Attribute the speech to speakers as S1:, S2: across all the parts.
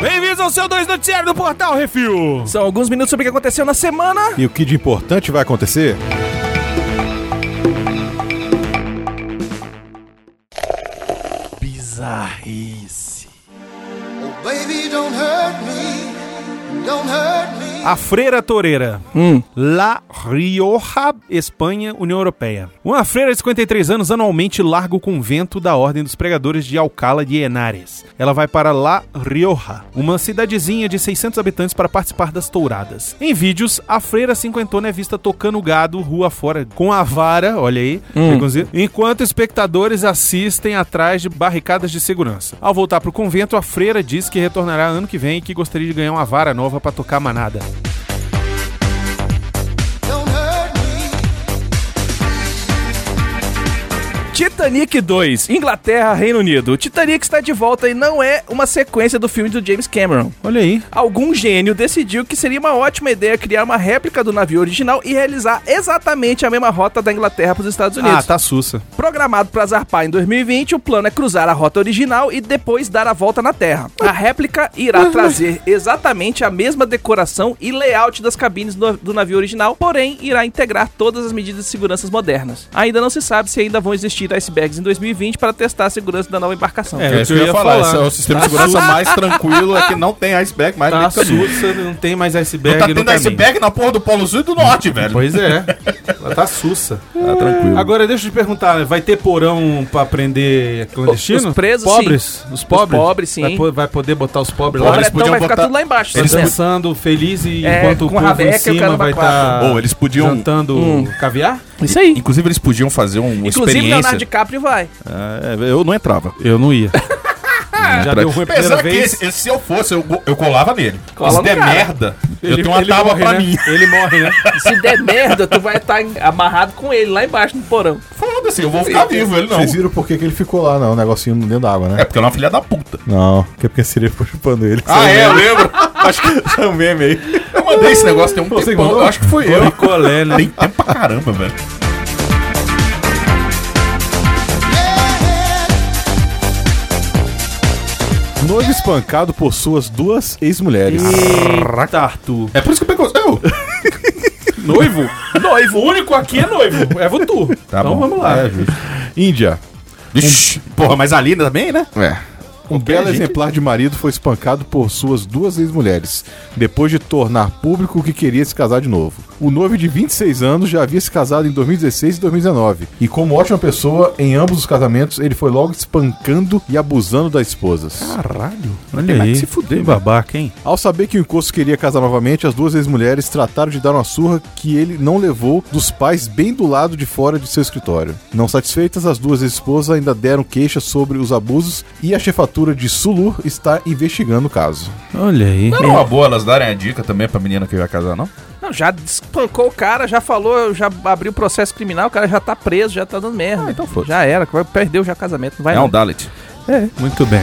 S1: Bem-vindos ao seu 2 noticiário do Portal Refil.
S2: São alguns minutos sobre o que aconteceu na semana.
S3: E o que de importante vai acontecer?
S2: Bizarrice.
S1: A Freira Toureira,
S2: Hum.
S1: La Rioja, Espanha, União Europeia. Uma freira de 53 anos anualmente larga o convento da Ordem dos Pregadores de Alcalá de Henares. Ela vai para La Rioja, uma cidadezinha de 600 habitantes para participar das touradas. Em vídeos, a freira cinquentona é vista tocando gado rua fora com a vara, olha aí, preconceito, enquanto espectadores assistem atrás de barricadas de segurança. Ao voltar para o convento, a freira diz que retornará ano que vem e que gostaria de ganhar uma vara nova para tocar a manada.
S2: Titanic 2, Inglaterra, Reino Unido. O Titanic está de volta e não é uma sequência do filme do James Cameron.
S1: Olha aí.
S2: Algum gênio decidiu que seria uma ótima ideia criar uma réplica do navio original e realizar exatamente a mesma rota da Inglaterra para os Estados Unidos.
S1: Ah, tá sussa.
S2: Programado para zarpar em 2020, o plano é cruzar a rota original e depois dar a volta na Terra. A réplica irá trazer exatamente a mesma decoração e layout das cabines do, do navio original, porém irá integrar todas as medidas de segurança modernas. Ainda não se sabe se ainda vão existir icebergs em 2020 para testar a segurança da nova embarcação.
S1: É,
S3: É, isso que eu ia falar. Esse é o sistema de segurança mais tranquilo, é que não tem iceberg mais
S1: Tá
S3: nem caminho.
S1: sussa, não tem mais
S3: Não
S1: iceberg
S3: tá
S1: no
S3: tendo
S1: caminho.
S3: iceberg na porra do Polo Sul e do Norte, velho.
S1: Pois é. Ela tá sussa.
S3: Tá tranquilo.
S1: Agora deixa eu te perguntar, né? vai ter porão pra prender clandestino?
S2: Os presos,
S1: pobres? Os pobres?
S2: Os pobres, sim.
S1: Vai, po- vai poder botar os pobres lá?
S2: Agora,
S3: Pobres
S2: então
S3: podiam
S2: vai ficar
S3: botar-
S2: tudo lá embaixo.
S1: Eles
S2: tá vendo?
S1: dançando feliz e
S2: É,
S1: enquanto o
S2: com a
S1: povo em
S2: rabeca, eu
S1: cima
S2: quero
S1: vai estar
S2: abacar.
S3: Ou eles podiam.
S1: jantando
S2: Hum.
S1: caviar?
S2: Isso aí.
S3: Inclusive, eles podiam fazer um- uma
S2: Inclusive, Leonardo
S3: experiência.
S2: DiCaprio vai.
S3: É, eu não entrava.
S1: Eu não ia. Já
S3: Entra-
S1: deu ruim a primeira
S3: Apesar que
S1: vez.
S3: esse- esse, se eu fosse, eu, go- eu colava nele.
S2: Cola
S3: se
S2: no
S3: der
S2: cara.
S3: merda, eu tenho uma tábua
S1: morre,
S3: pra
S1: né?
S3: mim.
S1: Ele morre, né?
S2: Se der merda, tu vai estar amarrado com ele lá embaixo no porão.
S3: Foda-se, eu vou ficar vivo, ele não.
S4: Vocês viram por que que ele ficou lá, não? O negocinho dentro da água, né?
S3: É porque ele é uma filha da puta.
S4: Não, que é porque a sereia ficou chupando ele.
S3: Ah, é, eu lembro. acho que
S4: é um meme aí.
S3: eu mandei esse negócio tem um
S4: Você
S3: tempão.
S4: mandou?
S3: Eu acho que foi eu.
S1: Picolé, né?
S3: Tem tempo pra caramba, velho.
S4: Noivo espancado por suas duas ex-mulheres.
S1: Eita, Arthur.
S3: É por isso que pegou. Eu.
S1: Noivo? noivo. O único aqui é noivo. É Vutu.
S3: Tá
S1: então
S3: bom.
S1: vamos lá.
S3: É, justo.
S4: Índia.
S3: Ixi, porra, mas a Lina também, né?
S4: É. Um belo
S3: gente-
S4: exemplar de marido foi espancado por suas duas ex-mulheres, depois de tornar público que queria se casar de novo. O noivo de 26 anos já havia se casado em 2016 e 2019, e como ótima pessoa, em ambos os casamentos, ele foi logo espancando e abusando das esposas.
S1: Caralho.
S3: Tem
S1: Olha
S3: mais
S1: aí.
S3: que se fuder, velho.
S1: Que babaca, hein?
S4: Ao saber que o encosto queria casar novamente, as duas ex-mulheres trataram de dar uma surra que ele não levou dos pais bem do lado de fora de seu escritório. Não satisfeitas, as duas esposas ainda deram queixa sobre os abusos e a chefatura de Sulur está investigando o caso.
S1: Olha aí.
S3: Não era é uma boa elas darem a dica também pra menina que vai casar, não?
S2: Não, já espancou o cara, já falou, já abriu o processo criminal, o cara já tá preso, já tá dando merda.
S3: Ah, então foda-se.
S2: Já era, vai- perdeu já o casamento, não vai
S3: É um
S2: não.
S3: Dalit.
S1: Muito bem.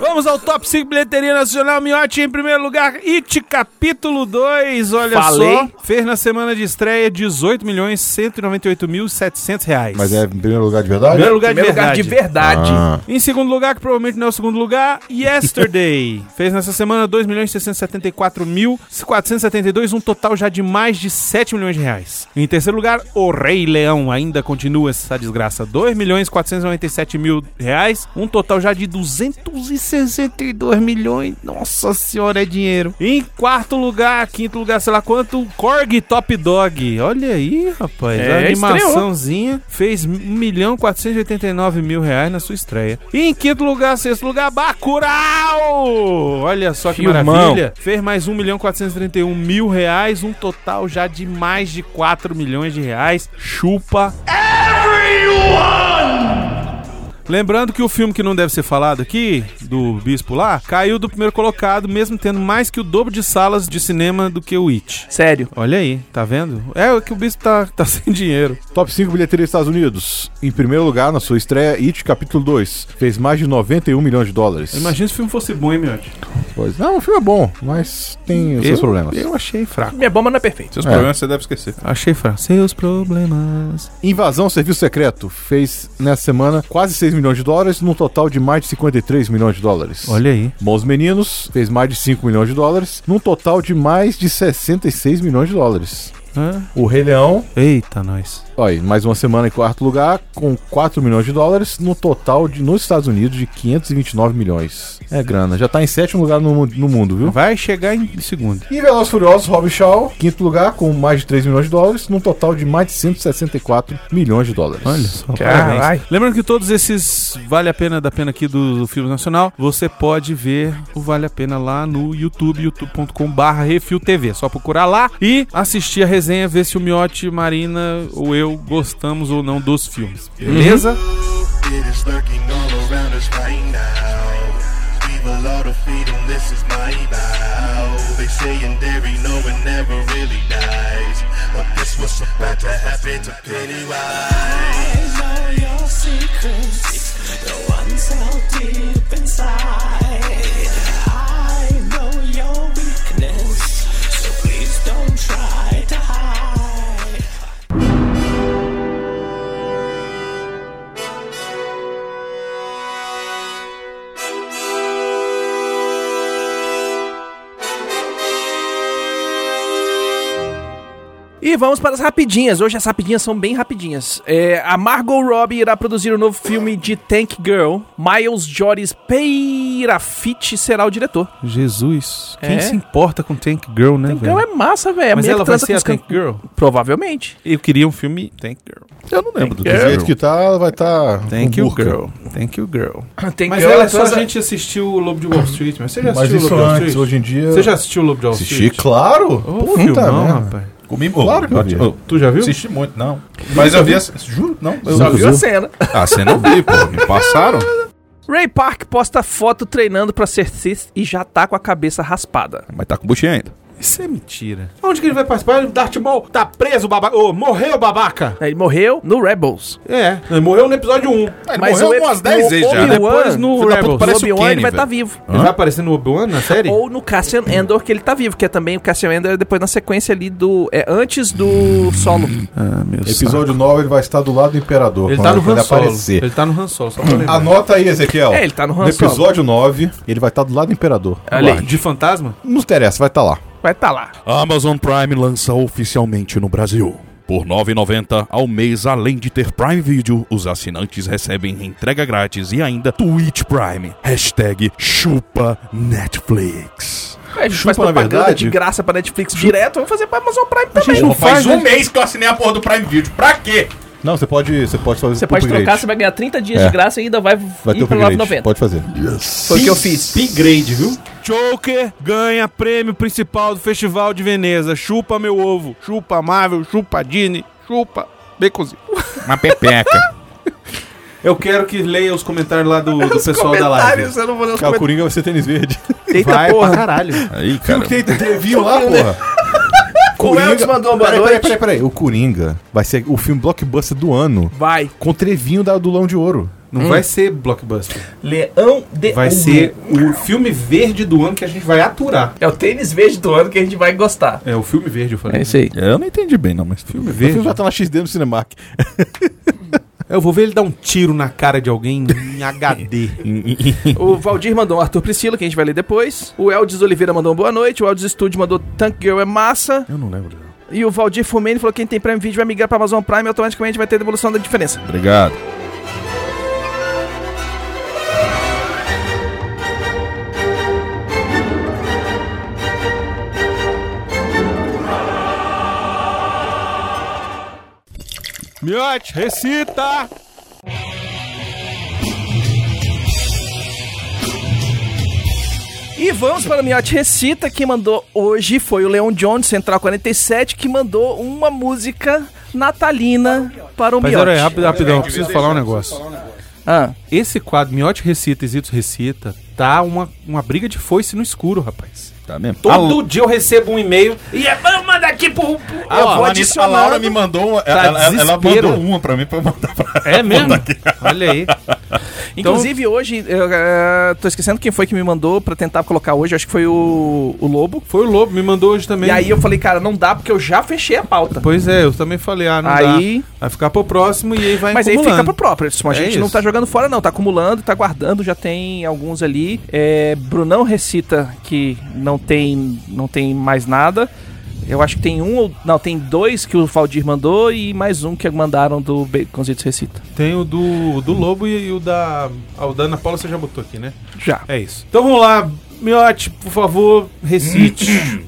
S1: Vamos ao top 5 bilheteria nacional Miote em primeiro lugar, It capítulo 2, olha
S2: Falei.
S1: só. Fez na semana de estreia 18 milhões 198 mil 700 reais.
S4: Mas é em primeiro lugar de verdade?
S1: primeiro lugar
S2: Primeiro
S1: de verdade.
S2: lugar de verdade.
S4: Ah,
S1: Em segundo lugar, que provavelmente não é o segundo lugar, Yesterday. Fez nessa semana 2 milhões 674 mil 472, um total já de mais de 7 milhões de reais. Em terceiro lugar, O Rei Leão. Ainda continua essa desgraça. 2 milhões 497 mil reais, um total já de 262 milhões. Nossa senhora, é dinheiro. Em quarto lugar, quinto lugar, sei lá quanto, Korg Top Dog. Olha aí, rapaz.
S2: É,
S1: a animação
S2: estreou.
S1: Mãozinha fez 1 milhão 489 mil reais na sua estreia. E em quinto lugar, sexto lugar, Bacurau! Olha só que
S2: Filmão.
S1: maravilha. Fez mais 1 milhão 431 mil reais, um total já de mais de 4 milhões de reais. Chupa. Lembrando que o filme que não deve ser falado aqui, do Bispo lá, caiu do primeiro colocado, mesmo tendo mais que o dobro de salas de cinema do que o It.
S2: Sério.
S1: Olha aí, tá vendo? É que o Bispo tá, tá sem dinheiro.
S4: Top 5 bilheteria dos Estados Unidos. Em primeiro lugar, na sua estreia, It Capítulo 2. Fez mais de 91 milhões de dólares.
S1: Imagina se o filme fosse bom, hein, Miotti?
S4: Pois- Não, o filme é bom, mas tem os seus problemas.
S1: Eu achei fraco.
S2: Minha bomba não é perfeita.
S3: Seus
S4: É.
S3: problemas você deve esquecer.
S1: Achei fraco. Seus problemas.
S4: Invasão Serviço Secreto fez nessa semana quase 6 milhões de dólares, num total de mais de 53 milhões de dólares.
S1: Olha aí.
S4: Bons Meninos fez mais de 5 milhões de dólares, num total de mais de 66 milhões de dólares.
S1: Hã?
S4: O Rei Leão,
S1: Eita, nós.
S4: olha, aí, mais uma semana em quarto lugar, com 4 milhões de dólares, num total de, nos Estados Unidos de 529 milhões. É grana, já tá em sétimo lugar no, mu- no mundo, viu?
S1: Vai chegar em segundo.
S4: E Velozes e Furiosos, Rob Shaw, quinto lugar, com mais de 3 milhões de dólares, num total de mais de 164 milhões de dólares.
S1: Olha só,
S2: Caralho.
S1: parabéns. Lembrando que todos esses Vale a Pena da Pena aqui do, do Filme Nacional, você pode ver o Vale a Pena lá no YouTube, youtube.com barra RefilTV. Só procurar lá e assistir a resenha, ver se o Miotti, Marina ou eu gostamos ou não dos filmes. Beleza?
S5: It is lurking all around us right now. We will all defeat 'em, this is my vow. They saying dairy, no one never really dies. But this was about to happen to Pennywise.
S6: eyes all your secrets, the ones held deep inside. I know your weakness, so please don't try to hide.
S2: E vamos para as rapidinhas. Hoje as rapidinhas são bem rapidinhas. É, a Margot Robbie irá produzir o novo filme de Tank Girl. Miles Joris Peirafite será o diretor.
S3: Tá
S1: Jesus. Quem
S2: É?
S1: se importa com Tank Girl, né,
S2: Tank
S1: velho?
S2: Girl é massa, velho. A
S1: Mas
S2: mulher
S1: ela
S2: que
S1: vai
S2: transa
S1: ser a
S2: com os
S1: Tank
S2: can-
S1: Girl?
S2: Provavelmente.
S1: Eu queria um filme Tank Girl.
S4: Eu não lembro. Do
S1: Thank you.
S4: jeito que tá, vai estar. Tá
S1: Thank
S4: um
S1: you,
S4: burca.
S1: girl. Thank you, girl.
S2: Tank
S1: Mas
S2: Girl,
S1: ela
S2: ela
S1: é só
S2: transa-
S1: a gente assistiu o Lobo de Wall Street, mas você já
S4: Mas
S1: assistiu o
S4: isso
S1: Lobo de Wall
S4: antes,
S1: Street?
S4: hoje em dia.
S1: Você já assistiu o Lobo de Wall
S4: assisti?
S1: Street?
S4: Claro!
S1: Ô,
S4: Puta
S1: filmão,
S4: merda.
S1: rapaz.
S3: Comigo?
S4: Oh. Claro que eu vi.
S1: Tu já viu?
S3: Assisti muito, não. Mas eu vi. essa- Juro? Não. Eu
S2: Só
S4: Nunca
S2: viu a
S4: viu?
S2: cena.
S3: Ah, você não vi, pô. Me passaram?
S2: Ray Park posta foto treinando pra ser cis e já tá com a cabeça raspada.
S3: Mas tá com buchinha ainda.
S1: Isso é mentira. Onde que ele vai participar? Darth Maul tá preso, babaca. Ô, morreu, babaca.
S2: Ele morreu no Rebels.
S1: É, ele morreu no episódio 1.
S3: Ele
S2: Mas
S3: morreu
S2: o-
S3: umas 10
S2: o
S3: vezes já. né?
S7: né?
S2: Obi-Wan-
S1: Depois no né?
S3: Filho da puta,
S1: Rebels.
S3: parece o
S2: Obi-Wan, ele
S3: Kenny,
S2: vai tá estar
S3: velho.
S2: vivo.
S1: Ele vai aparecer no Obi-Wan na série?
S2: Ou no Cassian Endor, que ele tá vivo, que é também o Cassian Endor é depois na sequência ali do. É antes do solo.
S1: Ah, meu
S4: Episódio 9 ele vai estar do lado do Imperador.
S1: Ele
S4: quando
S1: tá no
S4: quando
S1: Han
S4: ele
S1: Solo.
S4: aparecer.
S1: Ele tá no Han Solo, só pra lembrar.
S4: Anota aí, Ezequiel.
S2: É, ele tá no Han
S4: No
S2: Solo.
S4: episódio 9, ele vai estar do lado do Imperador.
S2: Olha aí.
S1: De fantasma?
S4: Não interessa, vai estar lá.
S2: Vai tá lá.
S8: Amazon Prime lança oficialmente no Brasil. Por R$ 9,90 ao mês, além de ter Prime Video, os assinantes recebem entrega grátis e ainda Twitch Prime. Hashtag chupa Netflix.
S2: A gente
S4: Chupa,
S2: faz propaganda
S4: na verdade.
S2: de graça pra Netflix direto, vamos fazer pra Amazon Prime também.
S1: gente não faz, né?
S3: um mês que eu assinei a porra do Prime Video. Pra quê?
S4: Não, você pode, você pode fazer
S2: Você pode
S4: um upgrade.
S2: trocar, você vai ganhar 30 dias
S4: É.
S2: de graça e ainda vai,
S4: Vai ter um
S2: ir pro
S4: upgrade.
S2: 9,90.
S4: Pode fazer.
S2: Foi o que eu fiz.
S1: Upgrade, viu? Joker ganha prêmio principal do Festival de Veneza. Chupa meu ovo. Chupa Marvel, chupa Disney, chupa Baconzinho.
S3: Uma pepeca.
S1: Eu quero que leia os comentários lá do, do
S2: Os
S1: pessoal da live.
S2: comentários, eu não vou ler os
S4: Ah, O
S1: é?
S2: comentários.
S4: Coringa vai ser tênis verde.
S2: Eita
S1: Vai pra
S2: porra.
S1: Ah, caralho.
S3: Aí, cara.
S4: tem devinho lá, porra?
S1: é,
S2: O Elvis mandou uma boa
S4: Peraí, peraí,
S2: noite.
S4: peraí, peraí. O Coringa vai ser o filme blockbuster do ano
S2: Vai.
S4: com trevinho da, do Lão de Ouro.
S1: Não vai ser blockbuster.
S2: Leão de
S1: Vai
S2: Ouro.
S1: ser o filme verde do ano que a gente vai aturar.
S2: É o tênis verde do ano que a gente vai gostar.
S1: É o filme verde, eu falei.
S2: É isso aí.
S3: Eu não entendi bem, não, mas filme.
S4: O filme já tá na XD no Cinemark.
S1: Eu vou ver ele dar um tiro na cara de alguém em HD.
S2: O Valdir mandou um Arthur Priscila, que a gente vai ler depois. O Eldes Oliveira mandou um boa noite. O Eldes Studio mandou Tank Girl é massa.
S3: Eu não lembro.
S2: E o Valdir Fumene falou que quem tem Prime Video vai migrar pra Amazon Prime e automaticamente vai ter devolução da diferença.
S3: Obrigado.
S1: Miote, recita!
S2: E vamos para o Miote Recita, que mandou hoje foi o Leon Jones, Central 47, que mandou uma música natalina para o
S1: Mas
S2: Miote.
S1: era rápido, rapidão, eu preciso falar um negócio.
S2: Ah,
S1: Esse quadro, Miote Recita, Isitos Recita, tá uma, uma briga de foice no escuro, rapaz.
S8: Tá mesmo?
S1: Todo dia eu recebo um e-mail. E é, vamos mandar aqui pro. pro- eu vou
S3: a
S1: adicionar
S3: Laura
S1: no-
S3: me mandou
S8: Tá
S3: uma. ela, ela- ela
S1: desespero.
S3: mandou uma pra mim pra eu mandar pra
S1: É mesmo? Olha aí. Então-
S2: Inclusive, hoje, eu, eh, tô esquecendo quem foi que me mandou pra tentar colocar hoje, acho que foi o, o Lobo.
S1: Foi o Lobo, me mandou hoje também.
S2: E aí eu falei, cara, não dá porque eu já fechei a pauta.
S1: Pois é, eu também falei, ah, não
S2: Aí-
S1: dá. Vai ficar pro próximo e aí vai
S2: Mas aí fica
S1: acumulando.
S2: pro próprio. Edson. A
S1: É
S2: gente não
S1: isso.
S2: tá jogando fora, não. Tá acumulando, tá guardando, já tem alguns ali. É, Brunão recita que não tem, não tem mais nada. Eu acho que tem um ou. Não, tem dois que o Valdir mandou e mais um que mandaram do Baconzitos Recita.
S1: Tem o do, do Lobo e, e o da. Ah, o da Ana Paula você já botou aqui, né?
S2: Já.
S1: É isso. Então vamos lá, Miote, por favor, recite.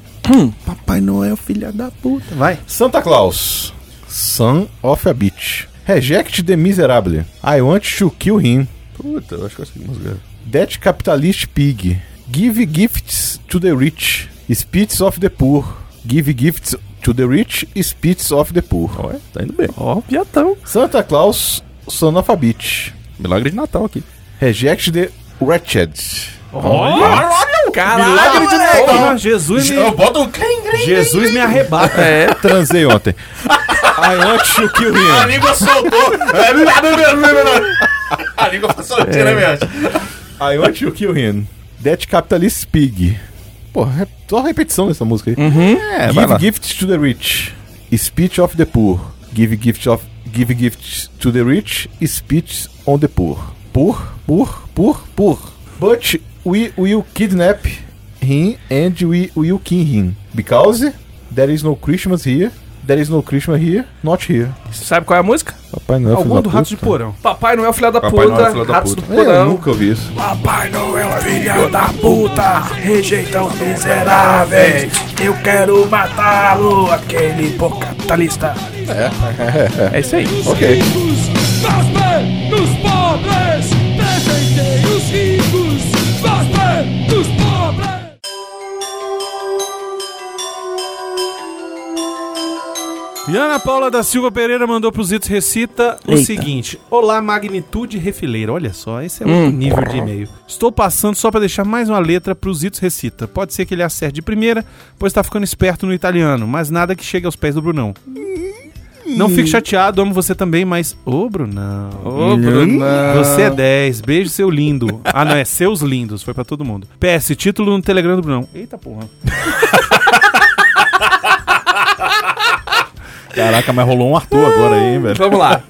S1: Papai Noel, filha da puta. Vai.
S4: Santa Claus. Son of a Bitch. Reject the Miserable. I want to kill him.
S8: Puta, eu acho que eu consegui música.
S4: That capitalist pig. Give gifts to the rich. Spits of the poor. Give gifts to the rich. Spits of the poor.
S8: Ó, é, tá indo bem.
S2: Ó, piatão.
S4: Santa Claus, son of a bitch.
S8: Milagre de Natal aqui.
S4: Reject the wretched.
S2: Caralho, moleque!
S1: Ah, Jesus me,
S3: Bota um clim, clim.
S1: Jesus me arrebata.
S2: É,
S4: Transei ontem. I want to kill
S3: A
S4: him.
S3: língua soltou. É, a língua né, passou ligeiramente.
S4: É. I want to kill him. That capitalist pig. Porra, é só repetição dessa música aí.
S8: É,
S4: give gifts to the rich. Speech of the poor. Give gifts of give gifts to the rich. Speech on the poor. Poor, poor, poor, poor. But we will kidnap him and we will kill him because there is no Christmas here. There is no Christmas here, not here.
S2: sabe qual é a música?
S4: Papai Noel filho
S1: Algum
S4: da
S1: do Rato de
S4: puta.
S1: Porão.
S2: Papai Noel, filha da
S8: Papai
S2: puta.
S8: Noel, filha da
S2: Ratos
S8: puta.
S2: do
S3: É,
S1: É,
S2: Porão.
S4: Eu nunca ouvi isso.
S6: Papai Noel, filha da puta, rejeita os miseráveis. Eu quero matá-lo, aquele hipocapitalista.
S2: É isso aí.
S4: Ok.
S1: E Ana Paula da Silva Pereira mandou pros Itos Recita o
S2: Eita.
S1: seguinte: Olá, Magnitude Refileira. Olha só, esse é outro nível de e-mail. Estou passando só pra deixar mais uma letra pros Itos Recita. Pode ser que ele acerte de primeira, pois tá ficando esperto no italiano, mas nada que chegue aos pés do Brunão. Não fique chateado, amo você também, mas. Ô, Brunão. Ô, Brunão. Você é 10. Beijo, seu lindo. Ah, não, é seus lindos. Foi pra todo mundo. PS, título no Telegram do Brunão. Eita porra.
S8: Caraca, mas rolou um Arthur agora aí, hein, velho.
S2: Vamos lá.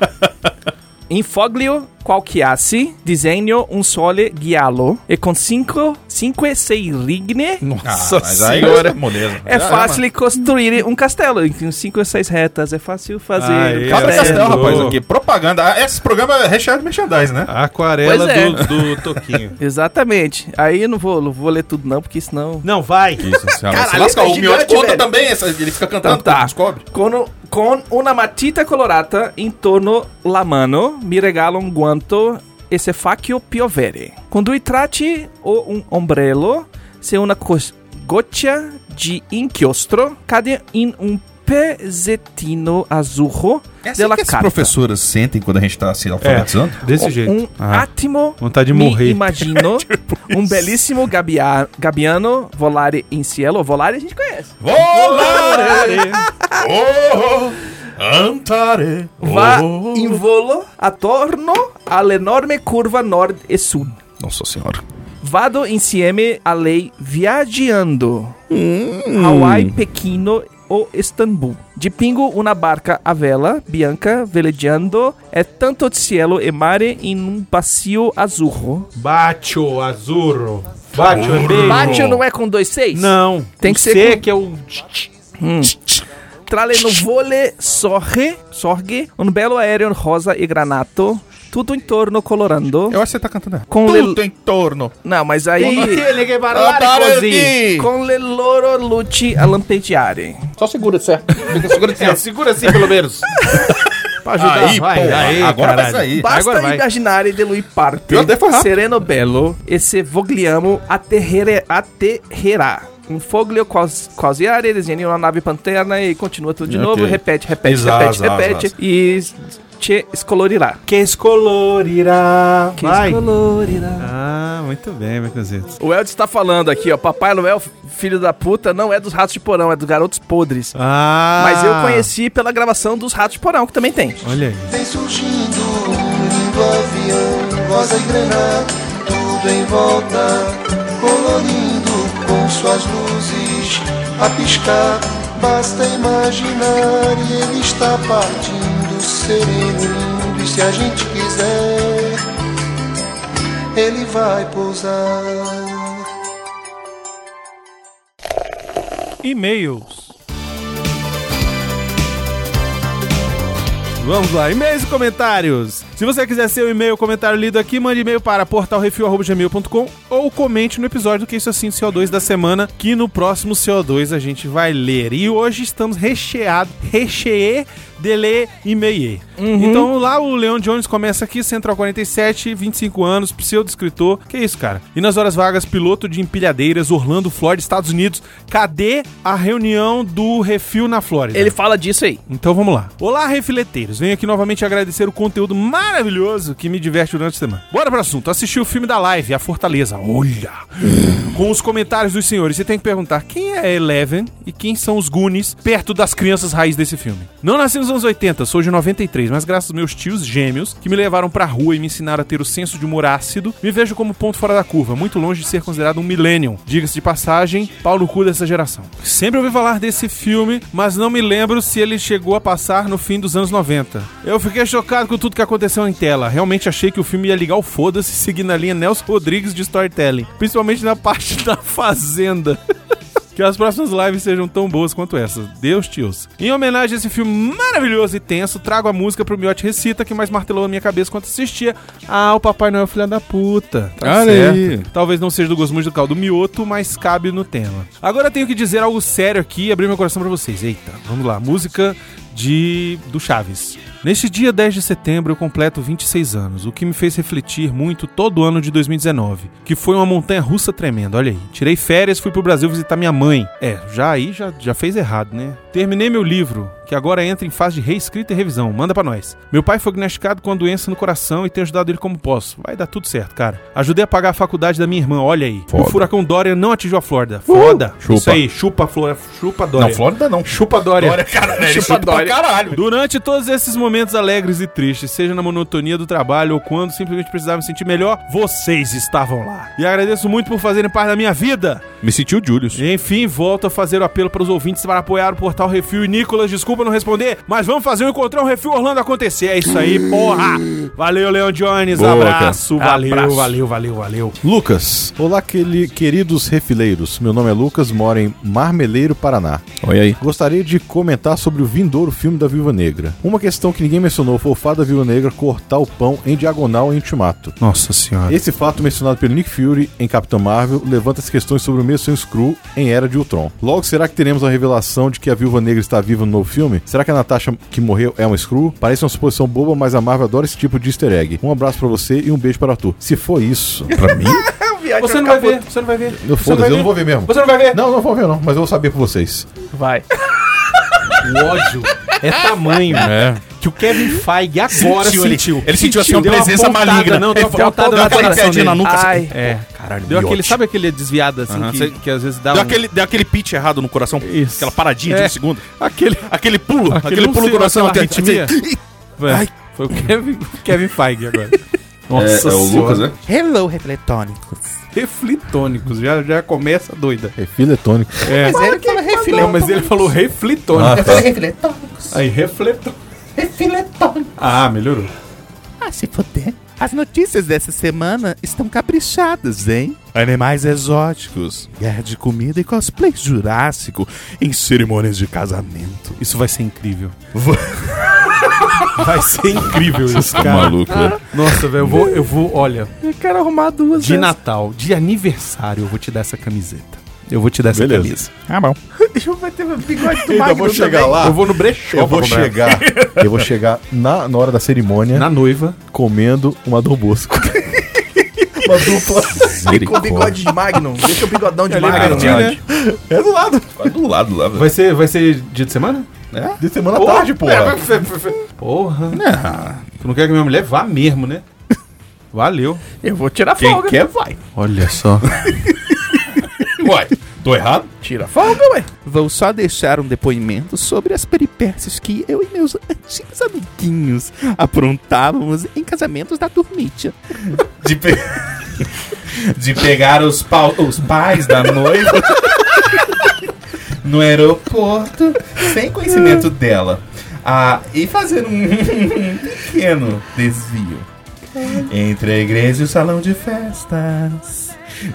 S2: Infoglio qualquiasi, disegno un sole giallo, e con cinco, cinque sei rigne,
S3: Nossa
S8: Ah,
S2: Ah,
S8: mas aí agora é
S3: moleza.
S2: é fácil costruir um castelo. Em cinco ou seis retas, é fácil fazer
S1: Aê,
S2: um
S1: Fala
S3: Fala
S1: Castelo.
S3: Castel, rapaz,
S1: Ô.
S3: aqui. Propaganda. Ah, Esse programa é recheado de merchandise, né?
S1: Aquarela
S2: Pois é.
S1: do, do Toquinho.
S2: Exatamente. Aí eu não vou, não vou ler tudo não, porque senão...
S1: Não, vai.
S8: Isso, Ah, senhora.
S3: Se
S2: Caralho,
S3: lasca,
S2: é
S3: o Miotti
S2: gigante,
S3: conta
S2: velho.
S3: também. essa- Ele fica cantando,
S2: Então tá.
S3: descobre.
S2: Con, con una matita colorata intorno la mano, mi regalam guanto e se facchio piovere. Con due tracci o un ombrello, se una cos- goccia di inchiostro cade in un pezzettino azzurro
S7: Eh
S2: della
S3: que as
S2: carta.
S3: professoras sentem quando a gente tá se
S1: Desse
S2: Un
S1: Ah.
S2: attimo
S1: Vontade de
S2: mi
S1: morrer. Tipo
S2: immagino un bellissimo gabbia- gabbiano volare in cielo. Volare a gente conhece.
S3: Antare.
S2: Va in volo attorno all'enorme curva nord e sud.
S8: Nossa senhora.
S2: Vado insieme a lei viaggiando. Hawaii, Pechino ou Istambul. De pingo, uma barca a vela, bianca, velejando, é tanto cielo e mare in um bacio azurro.
S1: Bacho Azuro. Bacho é bem.
S2: Bate não é com dois seis?
S1: Não.
S2: Tem
S1: O
S2: que ser
S1: C
S2: com-
S1: que é o.
S2: Trale no vole, sorre, sorgue, um belo aéreo rosa e granato, tudo em torno colorando.
S8: Eu acho que você tá cantando errado.
S2: Com le...
S3: Tudo em torno.
S2: Não, mas aí... Com le loro luci a lampeggiare.
S3: Só segura, certo? Segura, certo.
S1: Segura assim, pelo menos. pra ajudar.
S3: Aí,
S1: vai,
S3: porra,
S1: aí,
S3: agora vai
S1: caralho.
S3: sair.
S1: Agora
S2: Basta né?
S1: vai.
S2: immaginare di lui parte,
S3: Eu até fui rápido.
S2: sereno bello, e se vogliamo atterrere, atterrerà. um foglio quas- quasiare, desenha uma nave panterna e continua tudo de
S8: Ok.
S2: novo, repete, repete,
S8: Exato,
S2: repete,
S8: exato,
S2: repete, e s- te escolorirá.
S1: Que escolorirá.
S2: Que
S1: Vai.
S2: escolorirá.
S1: Ah, muito bem, Mercositos.
S2: O Eld está falando aqui, ó, Papai Noel, filho da puta, não é dos ratos de porão, é dos garotos podres.
S1: Ah.
S2: Mas eu conheci pela gravação dos Ratos de Porão, que também tem.
S1: Olha aí.
S9: Vem surgindo lindo avião, rosa e grana, tudo em volta, colorindo com suas luzes a piscar. Basta imaginar e ele está partindo, sereno, lindo, e se a gente quiser, ele vai pousar.
S1: E-mails. Vamos lá, e-mails e comentários. Se você quiser ser o e-mail ou comentário lido aqui, mande e-mail para portalrefil.gmail.com ou comente no episódio do Que Isso Assim CO2 da semana, que no próximo CO2 a gente vai ler. E hoje estamos recheado, recheê, delê e meie. Então lá o Leon Jones começa aqui, Central 47, 25 anos, pseudo-escritor. Que isso, cara? E nas horas vagas, piloto de empilhadeiras, Orlando, Flórida, Estados Unidos. Cadê a reunião do refil na Flórida?
S2: Ele fala disso aí.
S1: Então vamos lá. Olá, refileteiros. Venho aqui novamente agradecer o conteúdo maravilhoso que me diverte durante a semana. Bora pro assunto. Assisti o filme da live, A Fortaleza. Olha! Com os comentários dos senhores, você tem que perguntar quem é Eleven e quem são os Goonies perto das crianças raiz desse filme. Não nasci nos anos 80, sou de 93, mas graças aos meus tios gêmeos, que me levaram pra rua e me ensinaram a ter o senso de humor ácido, me vejo como ponto fora da curva, muito longe de ser considerado um millennium. Diga-se de passagem, pau no cu dessa geração. Sempre ouvi falar desse filme, mas não me lembro se ele chegou a passar no fim dos anos 90. Eu fiquei chocado com tudo que aconteceu em tela. Realmente achei que o filme ia ligar o foda-se seguindo a linha Nelson Rodrigues de storytelling, principalmente na parte da fazenda. Que as próximas lives sejam tão boas quanto essas. Deus te ouça. Em homenagem a esse filme maravilhoso e tenso, trago a música pro Miote Recita, que mais martelou na minha cabeça quando assistia. Ah, o Papai Noel é filha da puta. Tá
S8: Olha
S1: certo.
S8: aí.
S1: Talvez não seja do gosto musical do Mioto, mas cabe no tema. Agora eu tenho que dizer algo sério aqui e abrir meu coração pra vocês. Eita, vamos lá. Música de do Chaves. Neste dia 10 de setembro eu completo 26 anos, o que me fez refletir muito todo o ano de 2019, que foi uma montanha russa tremenda, olha aí. Tirei férias, fui pro Brasil visitar minha mãe. É, já aí já, já fez errado, né? Terminei meu livro, que agora entra em fase de reescrita e revisão. Manda pra nós. Meu pai foi diagnosticado com uma doença no coração e tenho ajudado ele como posso. Vai dar tudo certo, cara. Ajudei a pagar a faculdade da minha irmã, olha aí. O furacão Dória não atingiu a Flórida. Foda.
S8: Uh! Chupa.
S1: Isso aí, chupa a Flórida, chupa a Dória.
S8: Não, Flórida não.
S1: Chupa a Dória.
S8: cara, né? ele chupa pra caralho.
S1: Durante todos esses momentos alegres e tristes, seja na monotonia do trabalho ou quando simplesmente precisava me sentir melhor, vocês estavam lá. E agradeço muito por fazerem parte da minha vida.
S8: Me sentiu Julius.
S1: Enfim, volto a fazer o apelo para os ouvintes para apoiar o Portal Refil e Nicolas. Desculpa não responder, mas vamos fazer o Encontrar um Refil Orlando acontecer. É isso aí, porra! Valeu, Leon Jones.
S8: Boa,
S1: abraço,
S2: cara.
S1: valeu,
S2: Abraço.
S1: valeu, valeu, valeu.
S4: Lucas, olá quele- queridos refileiros. Meu nome é Lucas, moro em Marmeleiro, Paraná.
S8: Olha aí.
S4: Gostaria de comentar sobre o vindouro filme da Viúva Negra. Uma questão que ninguém mencionou foi o fato da Viúva Negra cortar o pão em diagonal em Ultimato.
S1: Nossa senhora.
S4: Esse fato mencionado pelo Nick Fury em Capitão Marvel levanta as questões sobre o mesmo Screw em Era de Ultron. Logo, será que teremos uma revelação de que a Viúva Negra está viva no novo filme? Será que a Natasha que morreu é uma Screw? Parece uma suposição boba, mas a Marvel adora esse tipo de easter egg. Um abraço pra você e um beijo para Arthur. Se for isso,
S8: Pra mim?
S1: Você não vai ver, você não vai ver.
S4: eu foda-se, eu não vou ver mesmo.
S1: Você não vai ver.
S4: Não, não vou ver não, mas eu vou saber por vocês.
S2: Vai.
S1: O ódio é tamanho,
S8: É.
S1: que o Kevin Feige agora sentiu.
S8: Ele, ele sentiu assim uma
S1: Deu uma
S8: presença
S1: pontada,
S8: maligna.
S1: não, deu
S8: ele
S1: uma pontada
S8: deu
S1: na
S8: aquela
S1: coração
S8: enfiadinha na
S1: dele.
S8: nuca. assim.
S2: Ai.
S1: É,
S8: Caralho,
S1: deu aquele,
S8: miote.
S1: sabe aquele desviado assim
S8: Aham,
S1: que,
S8: sei.
S1: que às vezes dá
S8: Deu
S1: um...
S8: aquele, deu aquele pitch errado no coração.
S1: Isso.
S8: Aquela paradinha de
S1: É.
S8: um segundo.
S1: aquele
S8: Aquele pulo. Aquele,
S1: Aquele
S8: pulo
S1: pulso,
S8: do coração.
S1: aquela
S8: até-
S1: arritmia.
S8: até-
S1: É, Foi o Kevin, Kevin Feige agora.
S3: É, é o Lucas, né?
S7: Hello, refletônicos.
S1: Reflitônicos, já, já começa doida.
S4: É filetônico.
S1: É.
S7: Mas ele fala refletônicos.
S1: Não, mas ele falou reflitônicos.
S3: Ah, tá.
S7: Eu falei refletônicos.
S1: Aí, refletônicos.
S7: Refletônicos.
S1: Ah, melhorou.
S7: Ah, se foder. As notícias dessa semana estão caprichadas, hein? Animais exóticos, guerra de comida e cosplay jurássico em cerimônias de casamento.
S1: Isso vai ser incrível. vai ser incrível isso,
S8: Tá
S1: cara.
S8: maluco, né?
S1: Nossa, velho, eu vou, eu vou, olha,
S2: Eu quero arrumar duas.
S1: de
S2: dessas.
S1: Natal, de aniversário, eu vou te dar essa camiseta. Eu vou te dar essa
S4: Beleza.
S1: camisa.
S7: Ah, bom.
S4: Ainda vou chegar lá.
S1: Eu vou no brechó.
S4: Eu vou
S1: pra comprar.
S4: chegar, eu vou chegar na, na hora da cerimônia
S1: Na noiva.
S4: comendo uma Dom Bosco.
S10: uma dupla.
S8: Misericórdia.
S10: Com o bigode de Magnum. Deixa o bigodão de
S1: É
S10: Magnum.
S1: libertinho, né?
S4: É do lado.
S8: do lado lá,
S1: Vai ser, vai ser dia de semana?
S4: É? De semana
S1: Porra.
S4: tarde, porra.
S1: É, fe- fe- fe- porra. Tu não quer que minha mulher vá mesmo, né? Valeu.
S2: Eu vou tirar
S8: Quem folga. quer, vai.
S1: Olha só.
S8: Uai, tô errado?
S2: Tira folga, ué.
S7: Vou só deixar um depoimento sobre as peripécias que eu e meus antigos amiguinhos aprontávamos em casamentos da turmitia.
S8: De, pe- de pegar os, pau- os pais da noiva no aeroporto sem conhecimento dela. Ah, e fazer um pequeno desvio entre a igreja e o salão de festas,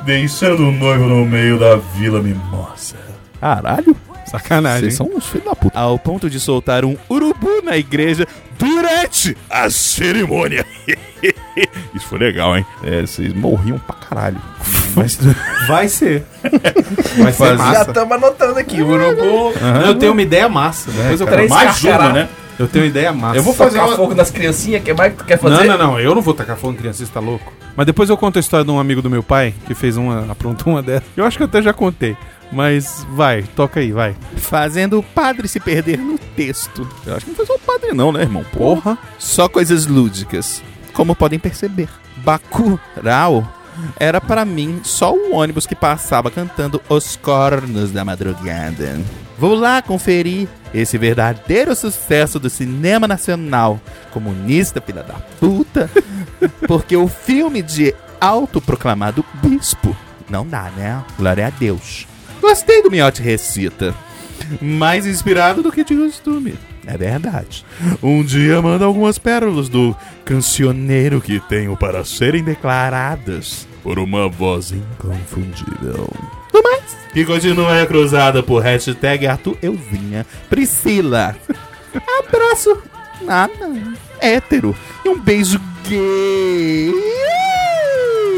S8: deixando o noivo no meio da vila mimosa.
S7: Caralho.
S1: Sacanagem.
S7: Vocês são uns filhos da puta. Ao ponto de soltar um urubu na igreja durante a cerimônia.
S8: Isso foi legal, hein? É, vocês morriam pra caralho. Mas
S1: Vai ser. Vai ser
S8: Fazer-
S10: Já
S1: massa.
S10: estamos anotando aqui. O urubu.
S1: Eu tenho uma ideia massa. Depois eu
S8: cara,
S1: quero
S8: mais
S1: carcará.
S8: uma, né?
S1: Eu tenho uma ideia massa.
S8: Eu vou fazer
S10: Fazer
S8: uma...
S10: fogo nas criancinhas,
S2: é
S10: que mais que tu quer
S1: Não,
S10: fazer?
S1: não, não. Eu não vou tacar fogo em criança, você tá louco. Mas depois eu conto a história de um amigo do meu pai que fez uma, aprontou uma dessa. Eu acho que eu até já contei. Mas vai, toca aí, vai.
S7: Fazendo o padre se perder no texto. Eu acho que não foi só o padre, não, né, irmão? Pô.
S1: Porra.
S7: Só coisas lúdicas. Como podem perceber, Bacurau era para mim só o ônibus que passava cantando Os Cornos da Madrugada. Vou lá conferir esse verdadeiro sucesso do cinema nacional, comunista, filha da puta, porque o filme de autoproclamado bispo não dá, né? Glória a Deus. Gostei do Miote Recita. Mais inspirado do que de costume. É verdade. Um dia manda algumas pérolas do cancioneiro que tenho para serem declaradas por uma voz inconfundível. No mais, que continua a cruzada por hashtag Arthur Euzinha Priscila. Abraço. Nada. Hétero. E um beijo gay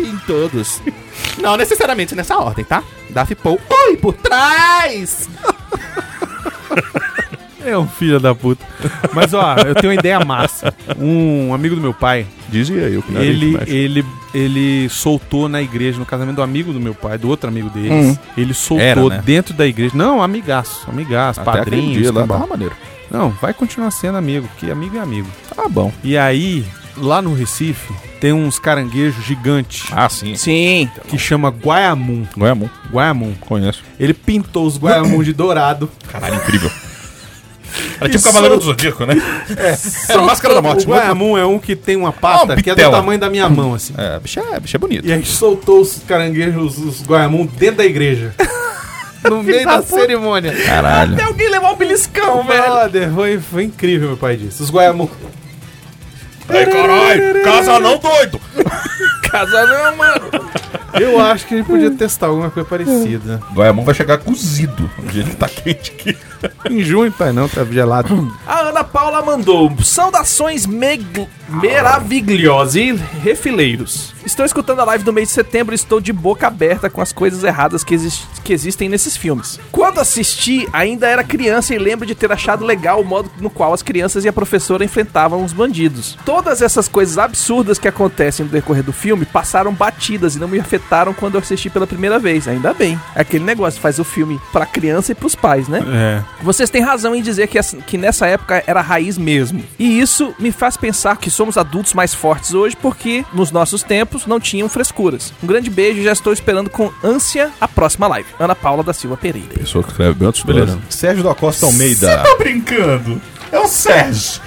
S7: em todos. Não necessariamente nessa ordem, tá? Daft Paul. Oi, por trás!
S1: É um filho da puta. Mas ó, eu tenho uma ideia massa. Um amigo do meu pai,
S8: Dizia eu que não era
S1: ele,
S7: é
S8: gente, mas-
S1: ele, ele soltou na igreja, no casamento do amigo do meu pai, do outro amigo deles. Ele soltou
S8: Hum. Era, né?
S1: dentro da igreja. Não, amigaço, amigaço,
S8: Até aquele
S1: padrinho.
S8: dia lá,
S1: escambau.
S8: tava maneiro.
S1: Não, vai continuar sendo amigo, porque amigo é amigo.
S8: Tá bom.
S1: E aí, lá no Recife, tem uns caranguejos gigantes
S8: Ah, sim.
S2: Sim.
S1: que chama Guaiamum.
S7: é
S8: Goiamon,
S1: Guaiamum.
S8: conheço.
S1: Ele pintou os Guaiamum de dourado.
S8: Caralho, incrível. Era tipo o Cavaleiro do Zodíaco, né? É, era a Máscara da Morte.
S1: O Guaiamum é um que tem uma pata
S8: Ah, um
S1: que é do
S8: bitela.
S1: tamanho da minha mão, assim.
S8: É, bicho é, bicho é bonito.
S1: E aí soltou os caranguejos, os Guaiamum, dentro da igreja. No meio da cerimônia. É
S8: Caralho.
S2: Tem alguém levar um beliscão, velho.
S1: Brother, foi, foi incrível, meu pai disse. Os Guaiamum.
S8: Ai, caralho, casa não doido.
S2: Casa não, mano.
S1: Eu acho que a gente podia testar alguma coisa parecida.
S8: Goiamon é vai chegar cozido. O jeito que tá quente aqui.
S1: em junho, pai, não, tá gelado.
S2: A Ana Paula mandou saudações meg- meravigliose e refileiros. Estou escutando a live do mês de setembro e estou de boca aberta com as coisas erradas que, exis- que existem nesses filmes. Quando assisti, ainda era criança e lembro de ter achado legal o modo no qual as crianças e a professora enfrentavam os bandidos. Todas essas coisas absurdas que acontecem no decorrer do filme passaram batidas e não me afetaram quando eu assisti pela primeira vez. Ainda bem. É aquele negócio, faz o filme pra criança e pros pais, né?
S1: É.
S2: Vocês têm razão em dizer que, essa- que nessa época era a raiz mesmo. E isso me faz pensar que somos adultos mais fortes hoje porque nos nossos tempos não tinham frescuras. Um grande beijo e já estou esperando com ânsia a próxima live. Ana Paula da Silva Pereira.
S8: Pessoa que escreve Beltos, beleza.
S4: Sérgio da Costa Almeida.
S8: Tá brincando? É o Sérgio.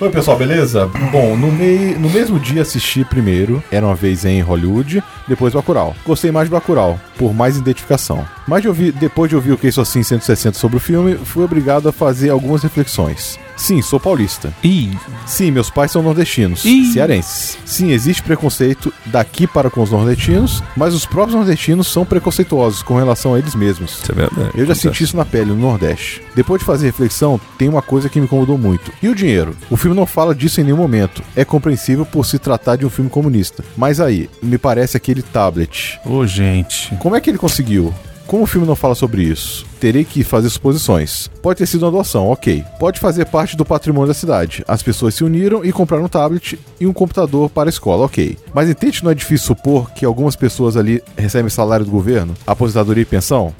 S4: Oi, pessoal, beleza? Bom, no, mei... no mesmo dia assisti primeiro Era Uma Vez em Hollywood, depois Bacurau. Gostei mais de Bacurau, por mais identificação. Mas de ouvir... depois de ouvir o que isso assim 160 sobre o filme, fui obrigado a fazer algumas reflexões. Sim, sou paulista.
S1: Ih,
S4: Sim, meus pais são nordestinos,
S1: Ih.
S4: cearenses. Sim, existe preconceito daqui para com os nordestinos, mas os próprios nordestinos são preconceituosos com relação a eles mesmos.
S8: Isso é verdade.
S4: Eu já senti isso na pele, no Nordeste. Depois de fazer reflexão, tem uma coisa que me incomodou muito. E o dinheiro? O filme não fala disso em nenhum momento. É compreensível por se tratar de um filme comunista. Mas aí, me parece aquele tablet.
S1: Ô, gente.
S4: Como é que ele conseguiu? Como o filme não fala sobre isso, terei que fazer suposições. Pode ter sido uma doação, ok. Pode fazer parte do patrimônio da cidade. As pessoas se uniram e compraram um tablet e um computador para a escola, ok. Mas entende que não é difícil supor que algumas pessoas ali recebem salário do governo, aposentadoria e pensão?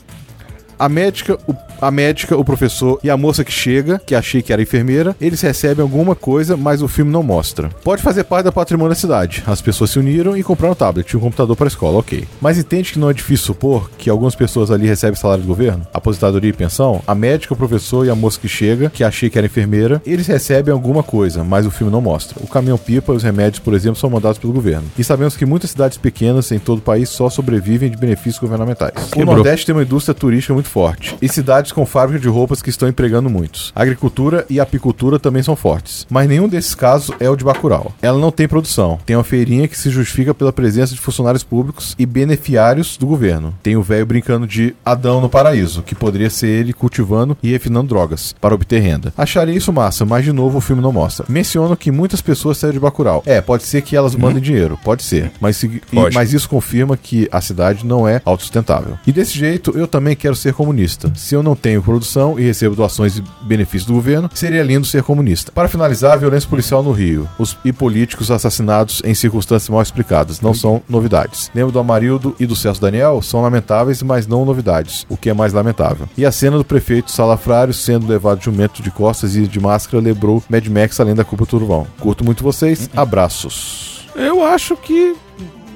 S4: A médica, o, a médica, o professor e a moça que chega, que achei que era enfermeira, eles recebem alguma coisa, mas o filme não mostra. Pode fazer parte do patrimônio da cidade. As pessoas se uniram e compraram um tablet e um computador para a escola, ok. Mas entende que não é difícil supor que algumas pessoas ali recebem salário do governo, aposentadoria e pensão? A médica, o professor e a moça que chega, que achei que era enfermeira, eles recebem alguma coisa, mas o filme não mostra. O caminhão-pipa e os remédios, por exemplo, são mandados pelo governo. E sabemos que muitas cidades pequenas em todo o país só sobrevivem de benefícios governamentais. O
S1: Quebrou.
S4: Nordeste Nordeste tem uma indústria turística muito forte e cidades com fábrica de roupas que estão empregando muitos. A agricultura e a apicultura também são fortes, mas nenhum desses casos é o de Bacurau. Ela não tem produção, tem uma feirinha que se justifica pela presença de funcionários públicos e beneficiários do governo. Tem o velho brincando de Adão no paraíso, que poderia ser ele cultivando e refinando drogas para obter renda. Acharia isso massa, mas de novo o filme não mostra. Menciono que muitas pessoas saíram de Bacurau. É, pode ser que elas mandem dinheiro, pode ser, mas, se- e-
S8: Pode.
S4: mas isso confirma que a cidade não é autossustentável. E desse jeito, eu também quero ser comunista. Se eu não tenho produção e recebo doações e benefícios do governo, seria lindo ser comunista. Para finalizar, a violência policial no Rio. Os e políticos assassinados em circunstâncias mal explicadas não são novidades. Lembro do Amarildo e do Celso Daniel? São lamentáveis, mas não novidades, o que é mais lamentável. E a cena do prefeito Salafrário sendo levado de jumento de costas e de máscara lembrou Mad Max além da culpa do Turvão. Curto muito vocês, abraços.
S1: Eu acho que,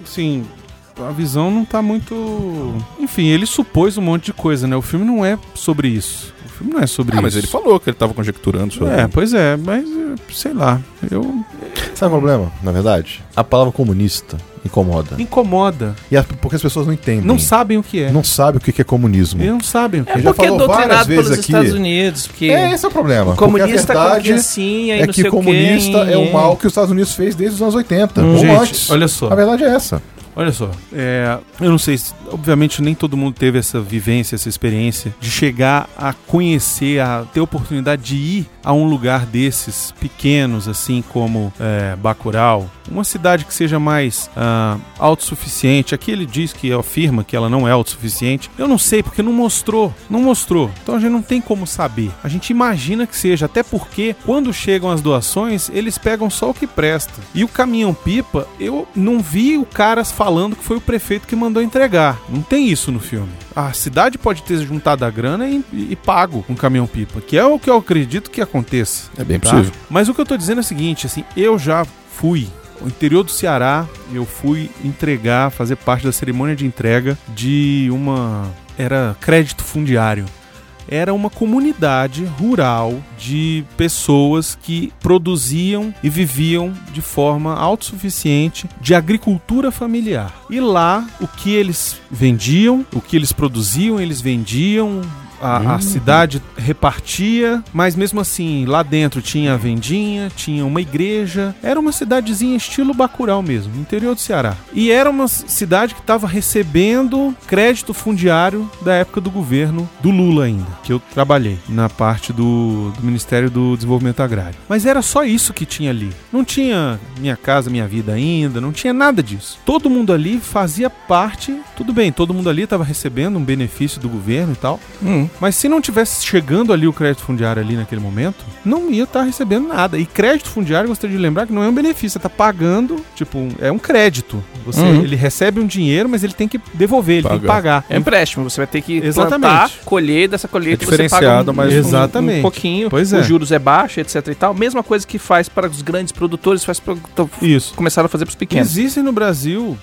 S1: assim, a visão não tá muito. Enfim, ele supôs um monte de coisa, né? O filme não é sobre isso. O filme não é sobre
S8: Ah,
S1: isso.
S8: mas ele falou que ele tava conjecturando sobre.
S1: É, pois é, mas eh, sei lá. Eu.
S4: Sabe é o problema, na verdade? A palavra comunista incomoda.
S1: Me incomoda.
S4: E as, porque as pessoas não entendem.
S1: Não sabem o que é.
S4: Não sabem o que que é comunismo.
S1: Eles não sabem o que
S4: É Já porque é falou várias doutrinado vezes pelos aqui. Estados
S11: Unidos, porque...
S4: É, esse é o problema.
S11: O
S4: porque a
S11: comunista com a
S4: verdade
S11: criancinha e
S4: é
S11: não
S4: que
S11: sei o quê,
S4: comunista é
S11: hein,
S4: o
S11: hein.
S4: mal que os Estados Unidos fez desde os anos 80.
S8: Hum.
S4: ou
S1: Hum. Gente,
S4: antes.
S1: olha só.
S4: A verdade é essa.
S1: Olha só, é, eu não sei, se- obviamente nem todo mundo teve essa vivência, essa experiência de chegar a conhecer, a ter oportunidade de ir a um lugar desses pequenos, assim como é, Bacurau, uma cidade que seja mais ah, autossuficiente. Aqui ele diz que afirma que ela não é autossuficiente. Eu não sei porque não mostrou, não mostrou. Então a gente não tem como saber. A gente imagina que seja, até porque quando chegam as doações, eles pegam só o que presta. E o caminhão pipa, eu não vi o cara falando que foi o prefeito que mandou entregar. Não tem isso no filme. A cidade pode ter juntado a grana e, e pago um caminhão pipa, que é o que eu acredito que aconteça.
S4: É
S7: tá.
S4: bem possível.
S1: tá? Mas o que eu tô dizendo é o seguinte, assim, eu já fui ao interior do Ceará, eu fui entregar, fazer parte da cerimônia de entrega de uma era crédito fundiário. Era uma comunidade rural de pessoas que produziam e viviam de forma autossuficiente de agricultura familiar. E lá, o que eles vendiam, o que eles produziam, eles vendiam a, a
S8: Hum.
S1: cidade repartia, mas mesmo assim, lá dentro tinha a vendinha, tinha uma igreja. Era uma cidadezinha estilo Bacurau mesmo, interior do Ceará. E era uma c- cidade que estava recebendo crédito fundiário da época do governo do Lula ainda, que eu trabalhei na parte do, do Ministério do Desenvolvimento Agrário. Mas era só isso que tinha ali. Não tinha Minha Casa Minha Vida ainda, não tinha nada disso. Todo mundo ali fazia parte, tudo bem, todo mundo ali estava recebendo um benefício do governo e tal,
S2: Hum.
S1: mas se não tivesse chegando ali o crédito fundiário ali naquele momento, não ia estar recebendo nada. E crédito fundiário, gostaria de lembrar que não é um benefício, você tá pagando, tipo, um- é um crédito. Você,
S2: Uhum.
S1: ele recebe um dinheiro, mas ele tem que devolver, ele tem que pagar.
S2: É um empréstimo, você vai ter que
S1: Exatamente.
S2: plantar, colher dessa colheita,
S1: É
S2: você paga
S1: diferenciado, mas-
S2: um,
S1: Exatamente.
S2: um pouquinho,
S1: Pois é.
S2: os juros é baixo, etc e tal. Mesma coisa que faz para os grandes produtores, faz para
S1: Isso.
S2: começaram a fazer para os pequenos.
S1: Existem no Brasil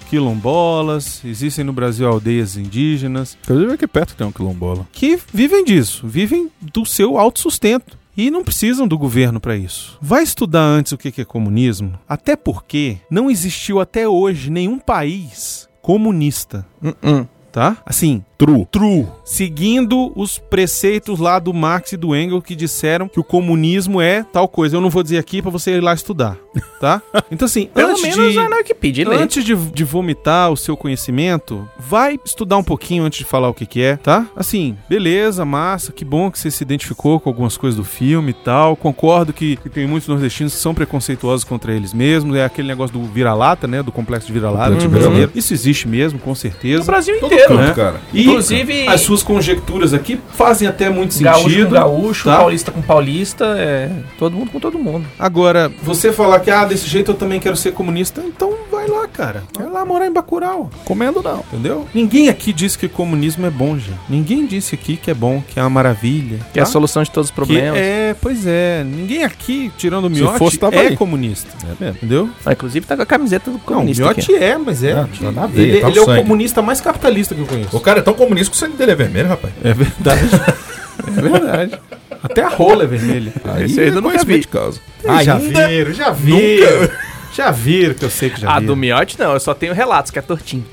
S1: quilombolas, existem no Brasil aldeias indígenas.
S8: Inclusive aqui perto tem um quilombola.
S1: Que vivem disso, vivem do seu autossustento. E não precisam do governo para isso. Vai estudar antes o que que é comunismo, até porque não existiu até hoje nenhum país comunista.
S2: Uh-uh.
S1: Tá? Assim,
S8: true.
S1: True. Seguindo os preceitos lá do Marx e do Engels que disseram que o comunismo é tal coisa. Eu não vou dizer aqui para você ir lá estudar. tá? Então assim,
S2: Pelo
S1: antes
S2: menos
S1: de
S2: vai na Wikipedia e lê.
S1: antes de, de vomitar o seu conhecimento, vai estudar um pouquinho antes de falar o que que é, tá? Assim, beleza, massa, que bom que você se identificou com algumas coisas do filme e tal. Concordo que, que tem muitos nordestinos que são preconceituosos contra eles mesmos, é aquele negócio do vira-lata, né, do complexo de vira-lata
S2: Complexo de
S1: brasileiro.
S2: vira-lata.
S1: Isso existe mesmo, com certeza.
S2: No é Brasil inteiro.
S1: né?
S2: cara.
S1: E
S2: Inclusive-
S1: as suas conjecturas aqui fazem até muito
S2: Gaúcho
S1: sentido.
S2: com gaúcho,
S1: tá?
S2: paulista com paulista, é todo mundo com todo mundo.
S1: Agora, você falar que, ah, desse jeito eu também quero ser comunista, então vai lá, cara. Vai lá morar em Bacurau.
S2: Comendo não.
S1: Entendeu? Ninguém aqui disse que comunismo é bom, gente. Ninguém disse aqui que é bom, que é uma maravilha.
S2: Que é a solução de todos os problemas.
S1: Que é, pois é. Ninguém aqui, tirando o
S2: Se
S1: Miotti,
S2: fosse, tava
S1: é
S2: aí.
S1: comunista.
S2: É
S1: mesmo. Entendeu?
S2: Ah, inclusive tá com a camiseta do
S1: Não, o
S2: comunista
S1: Miotti
S2: aqui.
S1: é, mas é.
S2: Ah,
S1: ele
S2: nada a ver,
S1: ele,
S2: tá no
S1: é o
S2: sangue.
S1: comunista mais capitalista que eu conheço.
S3: O cara é tão comunista que o sangue dele é vermelho, rapaz.
S1: É verdade. é verdade. Até a rola é vermelha.
S3: Aí Esse aí eu nunca vi. de causa.
S1: Ai, já
S2: Ainda?
S1: viram, já viram. Já viram que eu sei que já
S2: A
S1: viram.
S2: Ah, do Miotti não, eu só tenho relatos, que é tortinho.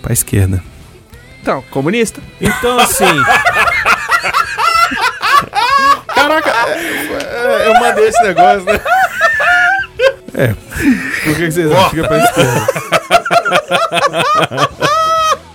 S1: Pra esquerda.
S2: Então, comunista.
S1: Então, assim...
S3: Caraca, é, é, eu mandei esse negócio, né?
S1: É. Por que, que vocês acham que é pra esquerda?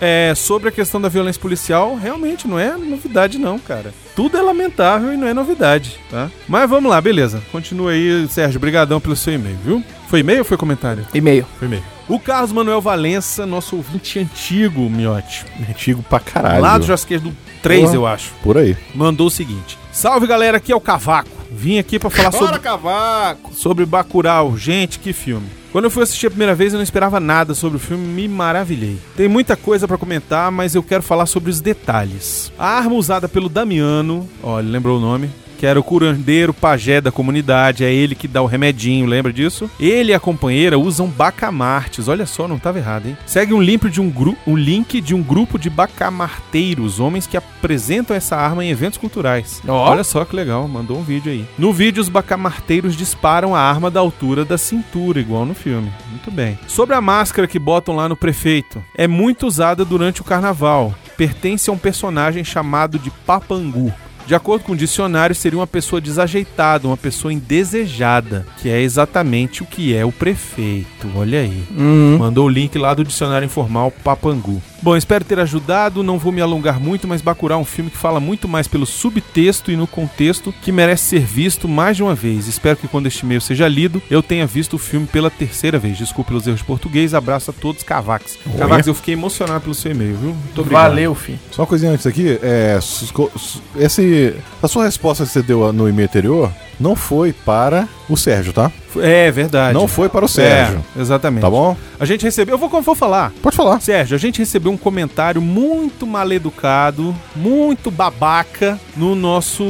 S1: É, sobre a questão da violência policial, realmente não é novidade não, cara. Tudo é lamentável e não é novidade, tá? Mas vamos lá, beleza. Continua aí, Sérgio, brigadão pelo seu e-mail, viu? Foi e-mail ou foi comentário?
S2: E-mail.
S1: Foi e-mail. O Carlos Manuel Valença, nosso ouvinte antigo, Miote.
S4: Antigo pra caralho.
S1: Lá do Jasqueiro do 3,
S4: Porra.
S1: eu acho.
S4: Por aí.
S1: Mandou o seguinte. Salve, galera, aqui é o Cavaco. Vim aqui pra falar sobre...
S3: cavaco!
S1: Sobre Bacurau, gente, que filme. Quando eu fui assistir a primeira vez, eu não esperava nada sobre o filme, me maravilhei. Tem muita coisa pra comentar, mas eu quero falar sobre os detalhes. A arma usada pelo Damiano, ó, ele lembrou o nome, que era o curandeiro pajé da comunidade, é ele que dá o remedinho, lembra disso? Ele e a companheira usam bacamartes, olha só, não tava errado, hein? Segue um link de um, gru um link de um grupo de bacamarteiros, homens que apresentam essa arma em eventos culturais. Olha só que legal, mandou um vídeo aí. No vídeo, os bacamarteiros disparam a arma da altura da cintura, igual no filme. Muito bem. Sobre a máscara que botam lá no prefeito, é muito usada durante o carnaval. Pertence a um personagem chamado de Papangu. De acordo com o dicionário, seria uma pessoa desajeitada, uma pessoa indesejada, que é exatamente o que é o prefeito. Olha aí.
S4: Hum?
S1: Mandou o link lá do dicionário informal Papangu. Bom, espero ter ajudado, não vou me alongar muito, mas Bacurau é um filme que fala muito mais pelo subtexto e no contexto que merece ser visto mais de uma vez. Espero que quando este e-mail seja lido, eu tenha visto o filme pela terceira vez. Desculpe pelos erros de português, abraço a todos, Cavax. Cavax, eu fiquei emocionado pelo seu e-mail, viu? Muito obrigado.
S2: Valeu, filho.
S4: Só uma coisinha antes aqui, é, su- co- su- esse, a sua resposta que você deu no e-mail anterior não foi para o Sérgio, tá?
S1: É verdade.
S4: Não foi para o Sérgio.
S1: É, exatamente.
S4: Tá bom?
S1: A gente recebeu. Eu vou, vou falar.
S4: Pode falar.
S1: Sérgio, a gente recebeu um comentário muito mal educado, muito babaca no nosso,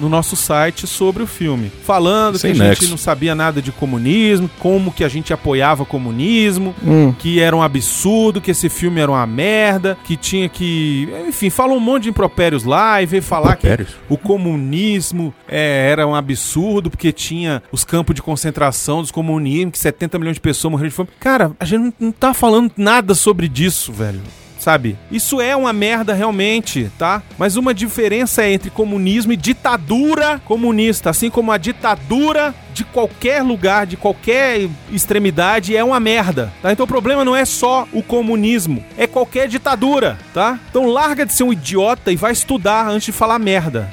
S1: no nosso site sobre o filme. Falando
S8: Sem
S1: que a
S8: nexo.
S1: gente não sabia nada de comunismo, como que a gente apoiava comunismo,
S2: Hum.
S1: que era um absurdo, que esse filme era uma merda, que tinha que. Enfim, falou um monte de impropérios lá e veio falar que
S8: Impropérios?
S1: o comunismo é, era um absurdo porque tinha os campos de concentração dos comunismos, que 70 milhões de pessoas morreram de fome. Cara, a gente não- não tá falando nada sobre disso, velho. Sabe? Isso é uma merda realmente, tá? Mas uma diferença é entre comunismo e ditadura comunista, assim como a ditadura de qualquer lugar, de qualquer extremidade é uma merda, tá? Então o problema não é só o comunismo, é qualquer ditadura, tá? Então larga de ser um idiota e vai estudar antes de falar merda.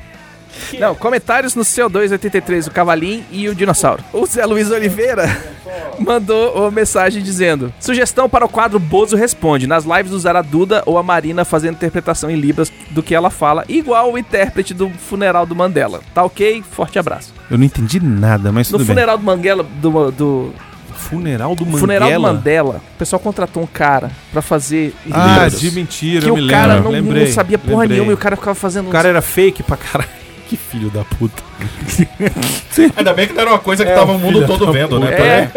S2: Não, comentários no CO283, o Cavalim e o Dinossauro. O Zé Luiz Oliveira mandou uma mensagem dizendo: Sugestão para o quadro Bozo Responde. Nas lives usar a Duda ou a Marina fazendo interpretação em Libras do que ela fala, igual o intérprete do funeral do Mandela. Tá ok? Forte abraço.
S1: Eu não entendi nada, mas
S2: No funeral do Mandela. Do, do,
S1: Funeral do Mandela.
S2: funeral do Mandela, o pessoal contratou um cara pra fazer.
S1: Ah,
S2: Libras.
S1: de mentira,
S2: Que
S1: eu me
S2: o cara
S1: lembro.
S2: não, não
S1: Lembrei,
S2: sabia porra
S1: lembrei.
S2: nenhuma e o cara ficava fazendo.
S1: O cara era fake pra caralho. Que filho da puta.
S3: Ainda bem que não era uma coisa que tava o mundo
S1: É, filho
S3: todo
S1: da
S3: vendo,
S1: puta,
S2: É,
S3: né?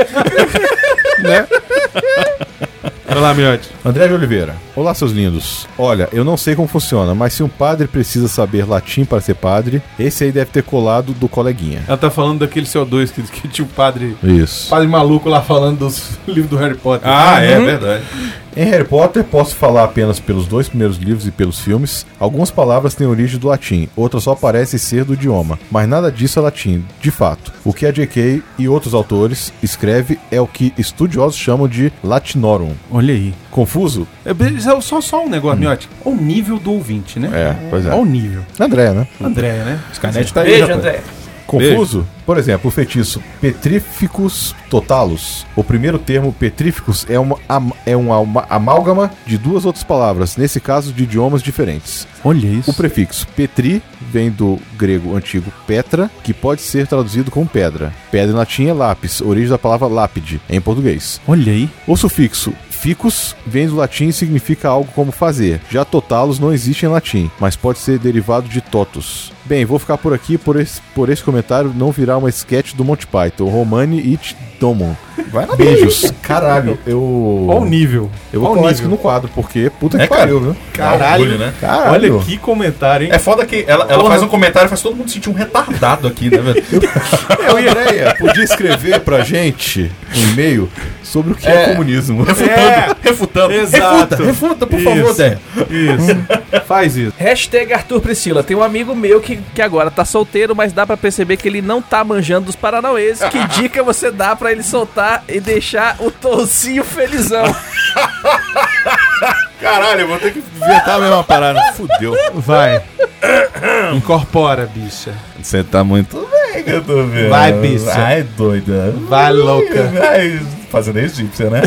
S1: né?
S3: né?
S1: Vai lá, Miotti.
S4: André de Oliveira. Olá, seus lindos. Olha, eu não sei como funciona, mas se um padre precisa saber latim para ser padre, esse aí deve ter colado do coleguinha.
S1: Ela tá falando daquele CO2 que, que tinha o padre.
S4: Isso.
S1: Padre maluco lá falando dos livros do Harry Potter.
S3: Ah, é
S1: Uhum.
S3: verdade.
S4: Em Harry Potter, posso falar apenas pelos dois primeiros livros e pelos filmes. Algumas palavras têm origem do latim, outras só parecem ser do idioma, mas nada disso é latim, de fato. O que a J.K. e outros autores escreve é o que estudiosos chamam de latinorum.
S1: Olha aí.
S4: Confuso?
S1: É, be- só, só um negócio, Miotti. Olha o nível do ouvinte, né?
S4: É, pois é.
S1: Olha o nível.
S4: Andréia, né?
S1: Andréia, né?
S4: Scarnet tá aí, rapaz. Confuso? Por exemplo, o feitiço Petrificus Totalus. O primeiro termo, Petrificus, é uma, am- é uma alma- amálgama de duas outras palavras, nesse caso de idiomas diferentes.
S1: Olha isso.
S4: O prefixo Petri vem do grego antigo petra, que pode ser traduzido como pedra. Pedra em latim é lápis, origem da palavra lápide, em português.
S1: Olha aí.
S4: O sufixo ficus vem do latim e significa algo como fazer. Já totalus não existe em latim, mas pode ser derivado de totus. Bem, vou ficar por aqui, por esse, por esse comentário não virar uma sketch do Monty Python. Romani it domum.
S3: Vai na
S4: Beijos.
S3: dele.
S4: Caralho, eu...
S1: Olha o nível.
S4: Eu vou
S1: Olha o
S4: colar isso
S1: nível.
S4: aqui no quadro, porque puta
S3: É,
S4: que pariu,
S3: cara?
S4: viu?
S3: Caralho. Orgulho, né?
S4: Caralho.
S1: Olha que comentário, hein?
S3: É foda que ela, ela
S1: Porra.
S3: faz um comentário e faz todo mundo sentir um retardado aqui, né, velho?
S4: Eu, Andréia, podia escrever pra gente um e-mail sobre o que é, comunismo.
S3: Refutando, refutando.
S1: Exato.
S3: Refuta, refuta, por
S1: Isso.
S3: favor, Dé.
S1: Isso. Faz isso.
S2: Hashtag Arthur Priscila. Tem um amigo meu que, que agora tá solteiro, mas dá pra perceber que ele não tá manjando dos paranauês. Que dica você dá pra ele soltar e deixar o toucinho felizão?
S3: Caralho, eu vou ter que inventar a mesma parada. Fudeu.
S1: Vai. Incorpora, bicha.
S3: Você tá muito bem que eu tô vendo.
S1: Vai, bicha.
S3: Vai, doida.
S1: Vai, louca.
S3: Vai, fazendo egípcia, né?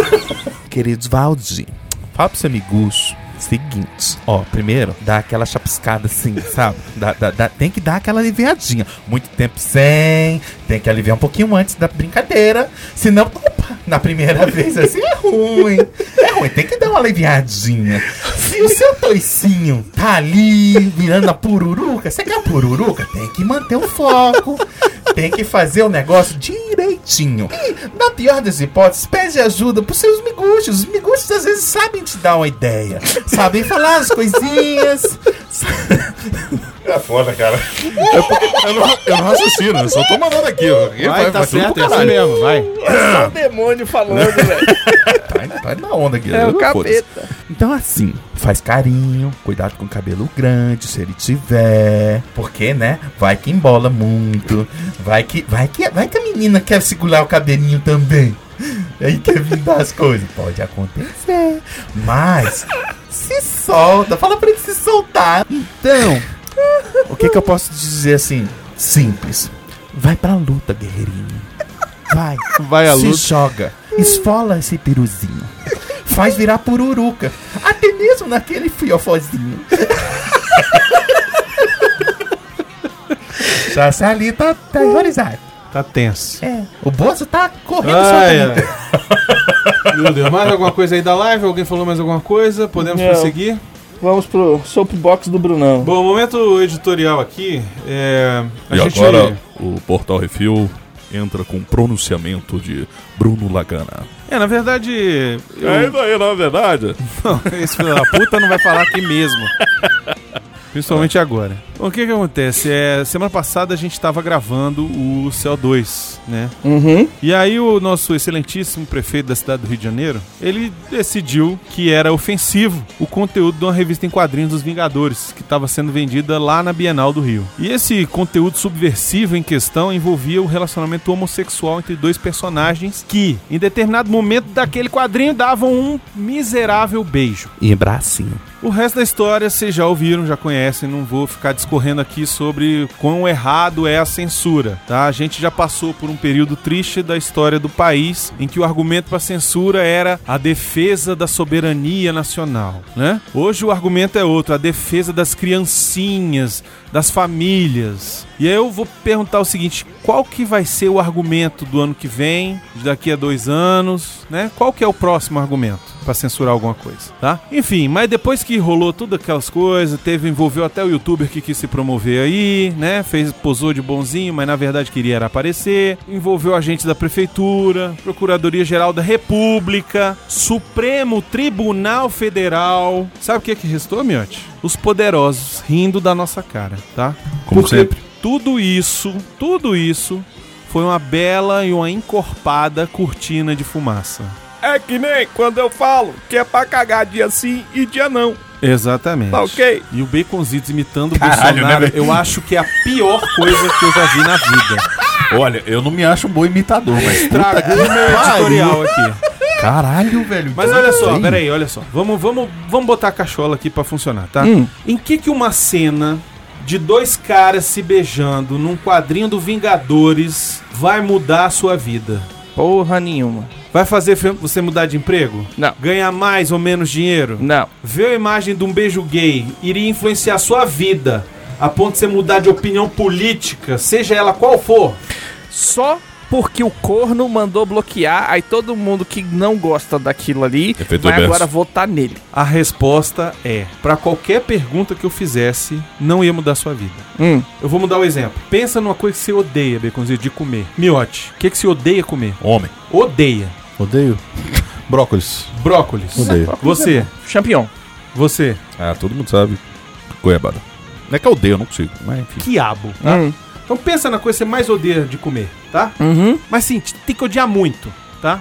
S7: Queridos Valdi, fala pros amigos seguintes. Ó, primeiro, dá aquela chapiscada assim, sabe? Dá- dá- dá- tem que dar aquela aliviadinha. Muito tempo sem, tem que aliviar um pouquinho antes da brincadeira. Senão, opa, na primeira vez assim é ruim. É ruim, tem que dar uma aliviadinha. Se o seu toicinho tá ali virando a pururuca, você quer a pururuca? Tem que manter o foco. Tem que fazer o negócio direitinho. E, na pior das hipóteses, pede ajuda pros seus miguxos. Os miguxos às vezes sabem te dar uma ideia. Sabem falar as coisinhas.
S3: É foda, cara. É Eu, eu não, eu não raciocino, eu só tô mandando aqui. ó. Ele
S1: Vai, tá
S3: tudo
S1: certo,
S3: pro
S1: é assim
S3: caralho.
S1: mesmo, vai.
S2: Só o demônio falando,
S11: Né?
S2: velho.
S3: Tá, tá na onda aqui.
S2: É o
S3: eu- foda-se.
S2: capeta.
S7: Então assim, faz carinho, cuidado com o cabelo grande, se ele tiver, porque né, vai que embola muito, vai que vai que vai que a menina quer segurar o cabelinho também. É Aí quer vir dar as coisas, pode acontecer. Mas se solta, fala pra ele se soltar. Então, o que que eu posso dizer assim, simples. Vai pra luta, guerreirinho. Vai.
S1: Vai a
S7: Se
S1: luta.
S7: joga. Esfola esse piruzinho. Faz virar pururuca. Até mesmo naquele fiofozinho. Já se ali tá terrorizado.
S1: Tá tenso.
S7: É. O Bozo tá correndo
S1: Ai,
S7: soltando.
S1: ai. Meu Deus, mais alguma coisa aí da live? Alguém falou mais alguma coisa? Podemos
S2: Não.
S1: prosseguir?
S2: Vamos pro soapbox do Brunão.
S1: Bom, momento editorial aqui. É, a
S8: E
S1: gente
S8: agora o Portal Refil entra com pronunciamento de Bruno Lagana.
S1: É, na verdade, eu-
S8: aí, na verdade.
S1: esse filho da puta não vai falar aqui mesmo. Principalmente agora. Bom, o que que acontece? É, semana passada a gente tava gravando o CO2, né?
S2: Uhum.
S1: E aí o nosso excelentíssimo prefeito da cidade do Rio de Janeiro, ele decidiu que era ofensivo o conteúdo de uma revista em quadrinhos dos Vingadores, que estava sendo vendida lá na Bienal do Rio. E esse conteúdo subversivo em questão envolvia o relacionamento homossexual entre dois personagens que, em determinado momento daquele quadrinho, davam um miserável beijo.
S7: E bracinho.
S1: O resto da história vocês já ouviram, já conhecem, não vou ficar discorrendo aqui sobre quão errado é a censura, tá? A gente já passou por um período triste da história do país em que o argumento para censura era a defesa da soberania nacional, né? Hoje o argumento é outro, a defesa das criancinhas, das famílias. E aí eu vou perguntar o seguinte, qual que vai ser o argumento do ano que vem, de daqui a dois anos, né? Qual que é o próximo argumento para censurar alguma coisa, tá? Enfim, mas depois que rolou tudo aquelas coisas, teve envolveu até o youtuber que quis se promover aí, né? Fez posou de bonzinho, mas na verdade queria era aparecer, envolveu agentes da prefeitura, Procuradoria Geral da República, Supremo Tribunal Federal. Sabe o que que restou, Miotti? Os poderosos rindo da nossa cara, tá?
S8: Como
S1: Porque
S8: sempre.
S1: Tudo isso, tudo isso foi uma bela e uma encorpada cortina de fumaça.
S11: É que nem quando eu falo que é pra cagar dia sim e dia não.
S1: Exatamente.
S11: Tá ok.
S1: E o Baconzitos imitando o
S11: Caralho,
S1: Bolsonaro,
S11: né, velho?
S1: eu acho que é a pior coisa que eu já vi na vida.
S8: Olha, eu não me acho um bom imitador, mas. puta
S1: Estragou
S8: que
S1: meu
S8: pariu.
S1: editorial aqui.
S8: Caralho, velho.
S1: Mas olha só,
S8: Sim.
S1: peraí, olha só. Vamos, vamos, vamos botar a cachola aqui pra funcionar, tá?
S8: Hum.
S1: Em que que uma cena de dois caras se beijando num quadrinho do Vingadores vai mudar a sua vida?
S2: Porra nenhuma.
S1: Vai fazer fe- você mudar de emprego?
S2: Não.
S1: Ganhar mais ou menos dinheiro?
S2: Não.
S1: Ver a imagem de um beijo gay iria influenciar a sua vida a ponto de você mudar de opinião política, seja ela qual for?
S2: Só porque o corno mandou bloquear, aí todo mundo que não gosta daquilo ali vai
S1: reverso.
S2: agora votar nele.
S1: A resposta é: pra qualquer pergunta que eu fizesse, não ia mudar sua vida.
S2: Hum.
S1: Eu vou mudar o exemplo. Pensa numa coisa que você odeia, Beconzito, de comer. Miote, o que, que você odeia comer?
S8: Homem.
S1: Odeia.
S4: Odeio. Brócolis.
S1: Brócolis.
S8: Odeio.
S1: Você.
S2: Champion.
S1: Você.
S8: Ah, todo mundo sabe. Goiabada. Não é que eu odeio, eu não consigo. Mas enfim.
S1: Quiabo. Tá? Então pensa na coisa que você mais odeia de comer, tá? Mas sim, tem que odiar muito, tá?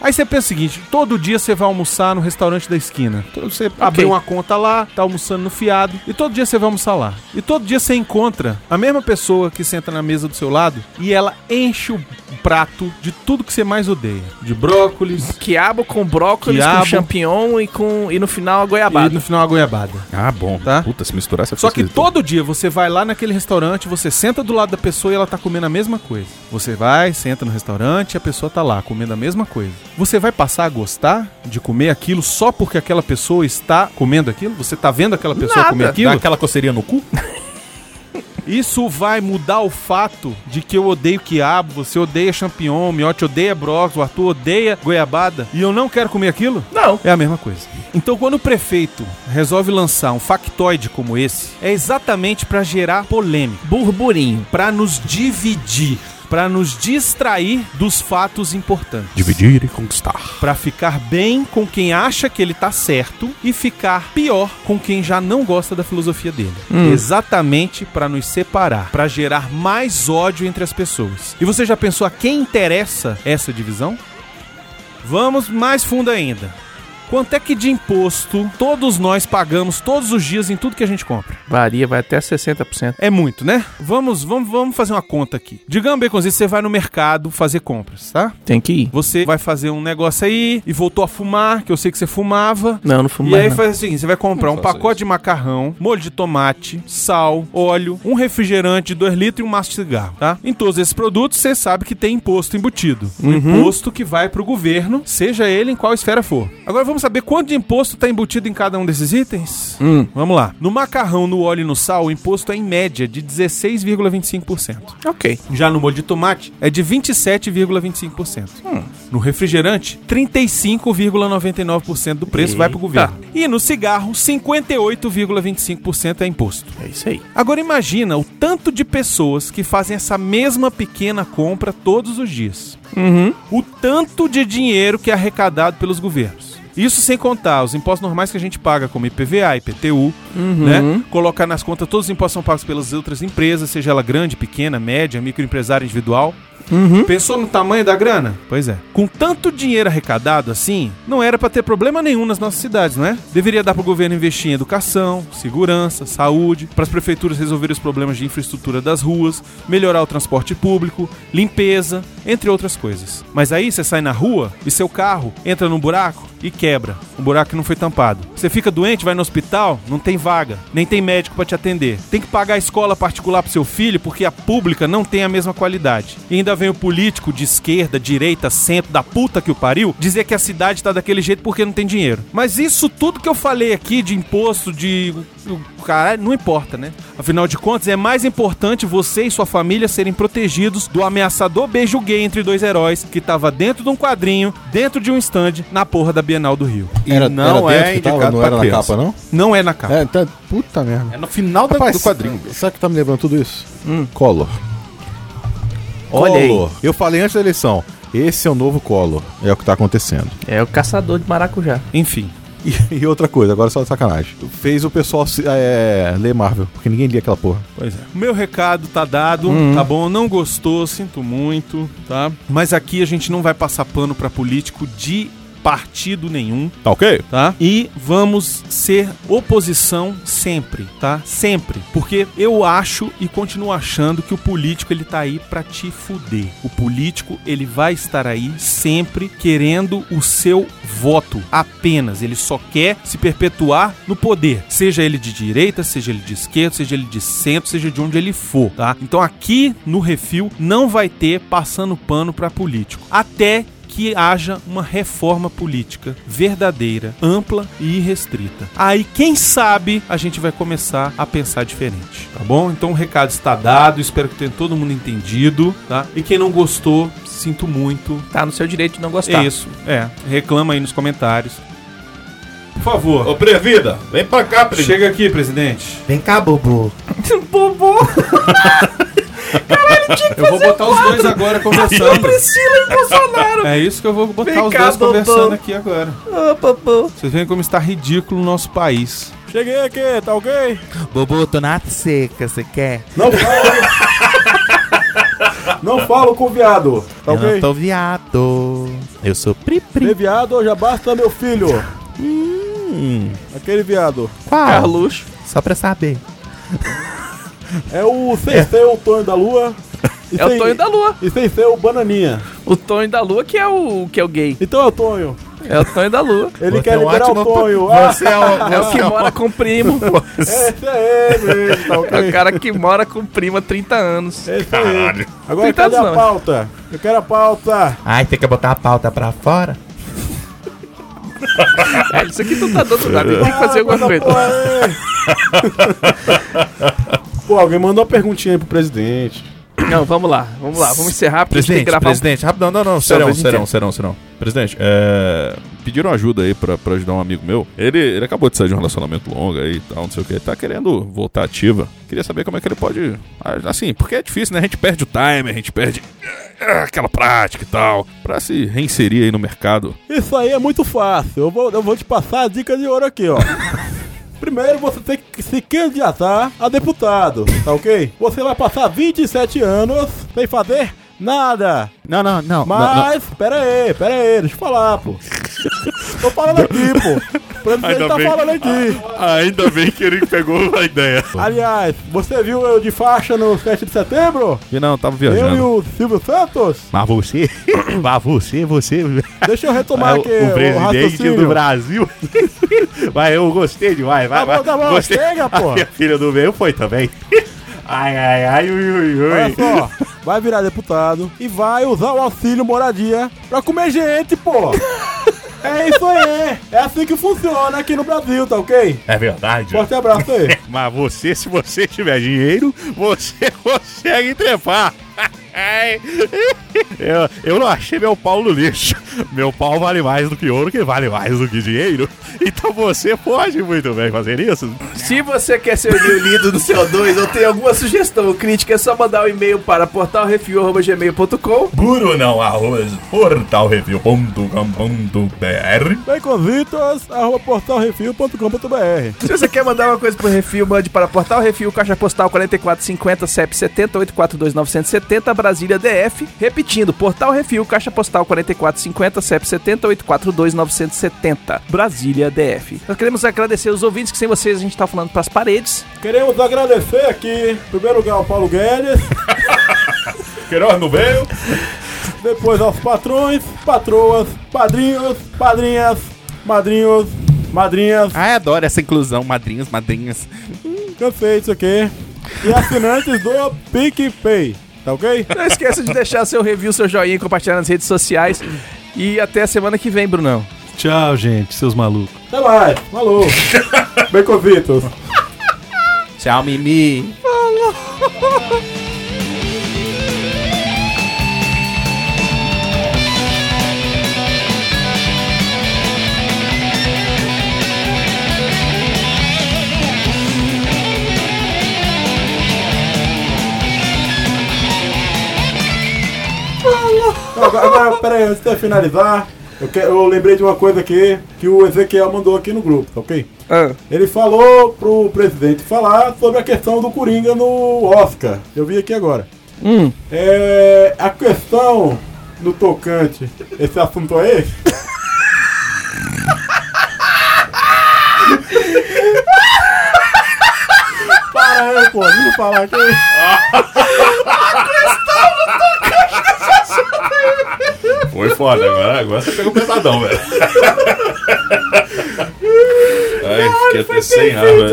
S1: Aí você pensa o seguinte: todo dia você vai almoçar no restaurante da esquina. Então Você abriu uma conta lá, tá almoçando no fiado, e todo dia você vai almoçar lá. E todo dia você encontra a mesma pessoa que senta na mesa do seu lado e ela enche o prato de tudo que você mais odeia. De brócolis.
S2: Quiabo com brócolis,
S1: Quiabo.
S2: com champignon e, com, e no final a
S1: E
S2: goiabada.
S1: no final a goiabada.
S8: Ah, bom. Tá? Puta, se misturar, você
S1: Só que todo dia você vai lá naquele restaurante, você senta do lado da pessoa e ela tá comendo a mesma coisa. Você vai, senta no restaurante e a pessoa tá lá comendo a mesma coisa. Você vai passar a gostar de comer aquilo só porque aquela pessoa está comendo aquilo? Você tá vendo aquela pessoa
S8: Nada.
S1: comer aquilo?
S8: Dá aquela coceirinha no cu?
S1: Isso vai mudar o fato de que eu odeio quiabo, você odeia champignon, o Miotti odeia brócolis, o Arthur odeia goiabada e eu não quero comer aquilo?
S2: Não.
S1: É a mesma coisa. Então, quando o prefeito resolve lançar um factoide como esse, é exatamente para gerar polêmica,
S2: burburinho,
S1: para nos dividir, para nos distrair dos fatos importantes.
S8: Dividir e conquistar.
S1: Pra ficar bem com quem acha que ele tá certo e ficar pior com quem já não gosta da filosofia dele.
S8: Hum.
S1: Exatamente pra nos separar, pra gerar mais ódio entre as pessoas. E você já pensou a quem interessa essa divisão? Vamos mais fundo ainda. Quanto é que de imposto todos nós pagamos todos os dias em tudo que a gente compra?
S2: Varia, vai até 60%.
S1: É muito, né? Vamos, vamos, vamos fazer uma conta aqui. Digamos, Baconzinho, você vai no mercado fazer compras, tá?
S2: Tem que ir.
S1: Você vai fazer um negócio aí e voltou a fumar, que eu sei que você fumava.
S2: Não, não fumo
S1: E
S2: mais,
S1: aí
S2: não.
S1: faz o seguinte, você vai comprar
S2: né? Não
S1: um
S2: faço
S1: pacote de macarrão, molho de tomate, sal, óleo, um refrigerante de 2 litros e um maço de cigarro, tá? Em todos esses produtos, você sabe que tem imposto embutido. Um
S2: Uhum.
S1: imposto que vai pro governo, seja ele em qual esfera for. Agora vamos saber quanto de imposto tá embutido em cada um desses itens?
S2: Hum.
S1: Vamos lá. No macarrão, no óleo e no sal, o imposto é em média de 16,25%.
S2: Ok.
S1: Já no molho de tomate é de 27,25%. No refrigerante, 35,99% do preço vai pro governo. E no cigarro, 58,25% é imposto.
S2: É isso aí.
S1: Agora imagina o tanto de pessoas que fazem essa mesma pequena compra todos os dias. O tanto de dinheiro que é arrecadado pelos governos. Isso sem contar os impostos normais que a gente paga, como IPVA, IPTU,
S2: Uhum.
S1: né? Colocar nas contas todos os impostos são pagos pelas outras empresas, seja ela grande, pequena, média, microempresário individual. Pensou no tamanho da grana? Uhum. Pois é. Com tanto dinheiro arrecadado assim, não era pra ter problema nenhum nas nossas cidades, não é? Deveria dar pro governo investir em educação, segurança, saúde, pras prefeituras resolverem os problemas de infraestrutura das ruas, melhorar o transporte público, limpeza, entre outras coisas. Mas aí você sai na rua e seu carro entra num buraco e quebra. Um buraco que não foi tampado. Você fica doente, vai no hospital, não tem vaga, nem tem médico pra te atender. Tem que pagar a escola particular pro seu filho porque a pública não tem a mesma qualidade. E ainda vem o político de esquerda, direita, centro, da puta que o pariu, dizer que a cidade tá daquele jeito porque não tem dinheiro. Mas isso tudo que eu falei aqui de imposto, de. o- o Caralho, não importa, né? Afinal de contas, é mais importante você e sua família serem protegidos do ameaçador beijo gay entre dois heróis que tava dentro de um quadrinho, dentro de um stand, na porra da Bienal do Rio. E
S4: Era- era dentro que tava? Não era na capa, não?
S1: Não é na capa.
S4: É, tá, puta merda. É
S8: no final
S1: da- do quadrinho,
S4: Sabe o que tá me lembrando tudo isso? Collor.
S2: Olha aí.
S4: Collor. Eu falei antes da eleição. Esse é o novo Collor. É o que tá acontecendo.
S2: É o caçador de maracujá.
S1: Enfim.
S4: E, e outra coisa, agora só de sacanagem. Fez o pessoal se- é, ler Marvel, porque ninguém lia aquela porra.
S1: Pois é. Meu recado tá dado,
S4: Uhum.
S1: tá bom? Não gostou, sinto muito, tá? Mas aqui a gente não vai passar pano pra político de partido nenhum.
S4: Tá ok?
S1: Tá? E vamos ser oposição sempre, tá? Sempre. Porque eu acho e continuo achando que o político ele tá aí pra te fuder. O político ele vai estar aí sempre querendo o seu voto. Apenas. Ele só quer se perpetuar no poder. Seja ele de direita, seja ele de esquerda, seja ele de centro, seja de onde ele for, tá? Então aqui no refil não vai ter passando pano pra político. Até que haja uma reforma política verdadeira, ampla e irrestrita. Aí, quem sabe, a gente vai começar a pensar diferente, tá bom? Então o recado está dado, espero que tenha todo mundo entendido, tá? E quem não gostou, sinto muito.
S2: Tá no seu direito de não
S1: É
S2: gostar.
S1: isso, é. Reclama aí nos comentários. Por favor.
S12: Ô, Previda, vem pra cá, Previda.
S1: Chega aqui, presidente.
S7: Vem cá, bobo.
S2: Bobo. Caralho, tinha que
S1: Eu vou
S2: fazer
S1: botar os
S2: quadro.
S1: dois agora conversando.
S2: Não Priscila e Bolsonaro.
S1: É isso que eu vou botar
S2: Vem
S1: os
S2: cá,
S1: dois
S2: Bobão.
S1: conversando aqui agora.
S2: Ô, Popô.
S1: Vocês veem como está ridículo o nosso país.
S7: Cheguei aqui, tá ok? Bobo, tô na seca, você quer?
S13: Não falo.
S12: Tá.
S13: Não falo com viado. Tá
S7: Eu não
S13: ok?
S7: tô viado. Eu sou pri pri.
S13: Ser viado já basta meu filho.
S7: Hum,
S13: Aquele viado.
S7: qual? Só pra saber.
S13: É o sem ser o Tonho da Lua. E
S2: É o
S13: sem-
S2: Tonho da Lua.
S13: E sem ser o Bananinha.
S2: O Tonho da Lua que é o que é o gay.
S13: Então é o Tonho.
S2: É o Tonho da Lua.
S13: Ele
S7: é um
S13: quer liberar o Tonho.
S2: Você é o,
S1: Ah,
S2: que mora com o primo.
S13: Esse é ele, mesmo, tá
S2: É
S13: ok?
S2: o cara que mora com o primo há 30 anos.
S13: Esse é ele. Agora cadê a pauta? Eu quero a pauta.
S7: Ai, tem que botar a pauta pra fora?
S2: É, isso aqui não tá dando nada, tem que fazer alguma coisa.
S13: Pô, alguém mandou uma perguntinha aí pro presidente.
S2: Não, vamos lá, vamos lá, vamos encerrar porque a gente tem
S4: Presidente,
S2: que gravar. um-
S4: presidente, rapidão, não, não, um serão,
S2: Talvez
S4: serão,
S2: entenda.
S4: serão, serão. Presidente, é, pediram ajuda aí pra, pra ajudar um amigo meu. Ele, ele acabou de sair de um relacionamento longo aí e tal, não sei o que. Ele tá querendo voltar ativa. Queria saber como é que ele pode. Assim, porque é difícil, né? A gente perde o time, a gente perde ah, aquela prática e tal. Pra se reinserir aí no mercado.
S13: Isso aí é muito fácil. Eu vou, eu vou te passar a dica de ouro aqui, ó. Primeiro você tem que se candidatar a deputado, tá ok? Você vai passar 27 anos sem fazer nada.
S7: Não, não, não.
S13: Mas, pera aí, pera aí, deixa eu falar, pô. Tô falando aqui, pô. O presidente tá falando aqui.
S4: Ah, ainda bem que ele pegou a ideia.
S13: Aliás, você viu eu de faixa no 7 de setembro?
S4: E não, tava
S13: Eu e
S4: viajando.
S13: o Silvio Santos?
S14: Mas você, mas você, você.
S13: Deixa eu retomar
S14: É,
S13: aqui
S14: o,
S13: o
S14: o presidente
S13: raciocínio.
S14: do Brasil. vai, eu gostei demais. Vai,
S13: Tá
S14: vai.
S13: bom, tá bom,
S14: gostei.
S13: chega, pô.
S14: A minha filha do meio foi também. Ai, ai, ai, ui, ui, ui.
S13: Olha só, vai virar deputado e vai usar o auxílio moradia pra comer gente, pô. É isso aí, é assim que funciona aqui no Brasil, tá ok?
S14: É verdade.
S13: Forte abraço aí.
S14: Mas você, se você tiver dinheiro, você consegue trepar. Ai. eu, eu não achei meu pau no lixo. Meu pau vale mais do que ouro, que vale mais do que dinheiro. Então você pode muito bem fazer isso.
S2: Se você quer ser lido do CO2 ou tem alguma sugestão ou crítica, é só mandar um e-mail para portalrefil.gmail.com
S14: Brunão Arroz, portalreview.com.br
S13: Baconzitos, arroba portalrefil.com.br
S2: Se você quer mandar uma coisa pro Refil, mande para Portal Refil, Caixa Postal 4450 CEP70 842 970 Brasília DF. Repetindo, Portal Refil, Caixa Postal 4450 CEP70 842 970 Brasília DF. Nós queremos agradecer os ouvintes que sem vocês a gente tá falando pras paredes.
S13: Queremos agradecer aqui, em primeiro lugar, ao Paulo Guedes.
S12: Queiroz não veio.
S13: Depois aos patrões, patroas, padrinhos, padrinhas, madrinhos, madrinhas.
S14: Ai, adoro essa inclusão, madrinhos, madrinhas.
S13: Cansei disso aqui. E assinantes do PicPay, tá ok?
S2: Não esqueça de deixar seu review, seu joinha, compartilhar nas redes sociais. E até a semana que vem, Brunão.
S1: Tchau, gente, seus malucos.
S13: Até mais, falou. Baconzitos.
S14: Tchau, Mimi.
S13: Não, agora, agora, pera aí, antes de eu finalizar, eu, que- eu lembrei de uma coisa aqui que o Ezequiel mandou aqui no grupo, tá ok? Ele falou pro presidente falar sobre a questão do Coringa no Oscar. Eu vi aqui agora. É, a questão no tocante, esse assunto aí,
S4: vamos falar aqui.
S3: Foi foda, agora, agora você pegou pesadão, velho. Ai, fiquei até sem ar, velho.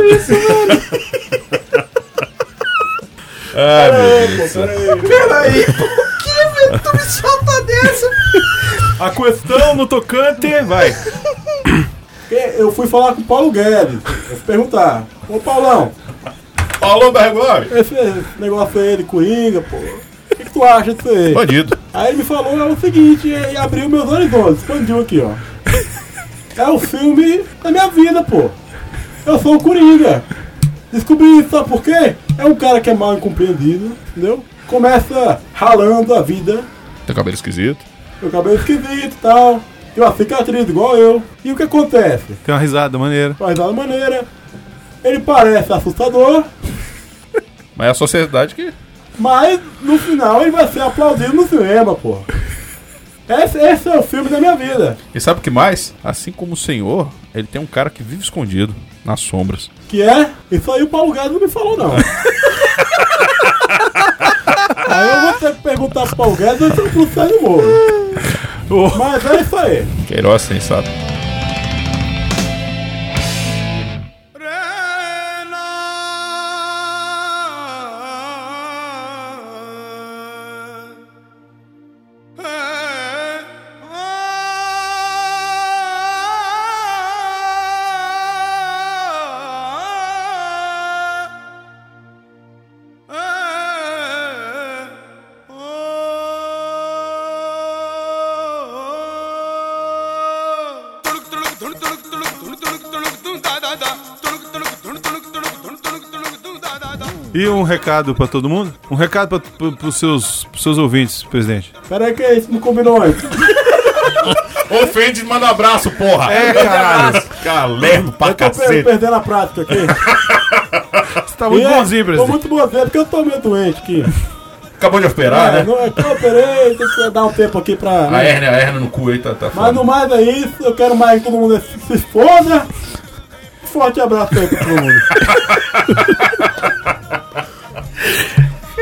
S3: Ai, meu Deus. do céu.
S6: Peraí, por que aventura solta dessa?
S1: A questão no tocante, vai.
S13: Eu fui falar com o Paulo Guedes. Eu fui perguntar: Ô Paulão.
S3: Paulão Bergoglio?
S13: Esse negócio aí de Coringa, pô. O que, que tu acha disso aí?
S3: Bandido.
S13: Aí ele me falou é o seguinte: e abriu meus horizontes. Expandiu aqui, ó. É o filme da minha vida, pô. Eu sou o Coringa. Descobri isso, sabe por quê? É um cara que é mal compreendido, entendeu? Começa ralando a vida
S8: Tem cabelo esquisito.
S13: meu cabelo esquisito e tal. Tem uma cicatriz igual eu. E o que acontece?
S1: Tem uma risada maneira.
S13: Faz da maneira. Ele parece assustador,
S8: Mas é a sociedade que.
S13: mas no final ele vai ser aplaudido no cinema, pô. Esse, esse é o filme da minha vida.
S8: E sabe o que mais? Assim como o senhor, ele tem um cara que vive escondido nas sombras.
S13: Que é? Isso aí o Paulo Guedes não me falou, não. aí eu vou ter que perguntar pro Paulo Guedes um antes eu cruzar no morro. Mas é isso aí.
S8: Queiroz sensato.
S1: E um recado pra todo mundo? Um recado pra, pro- pros seus, pros seus ouvintes, presidente.
S13: Peraí que isso não combinou antes.
S3: Ofende e manda abraço, porra.
S1: É, caralho.
S3: Calendo pra
S13: eu tô per-
S3: cacete.
S13: perdendo a prática aqui. Você
S1: tá muito bonzinho,
S13: Tô
S1: presidente.
S13: muito bonzinho, é porque eu tô meio doente aqui.
S3: Acabou de
S4: Tá,
S3: operar,
S13: é,
S3: né?
S13: não, é que eu operei, tem que dar um tempo aqui pra...
S3: A hernia, a hernia no cu aí tá, tá
S13: Mas no mais é isso, eu quero mais que todo mundo se se foda. Forte abraço aí pra todo mundo.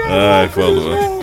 S3: Ai, falou.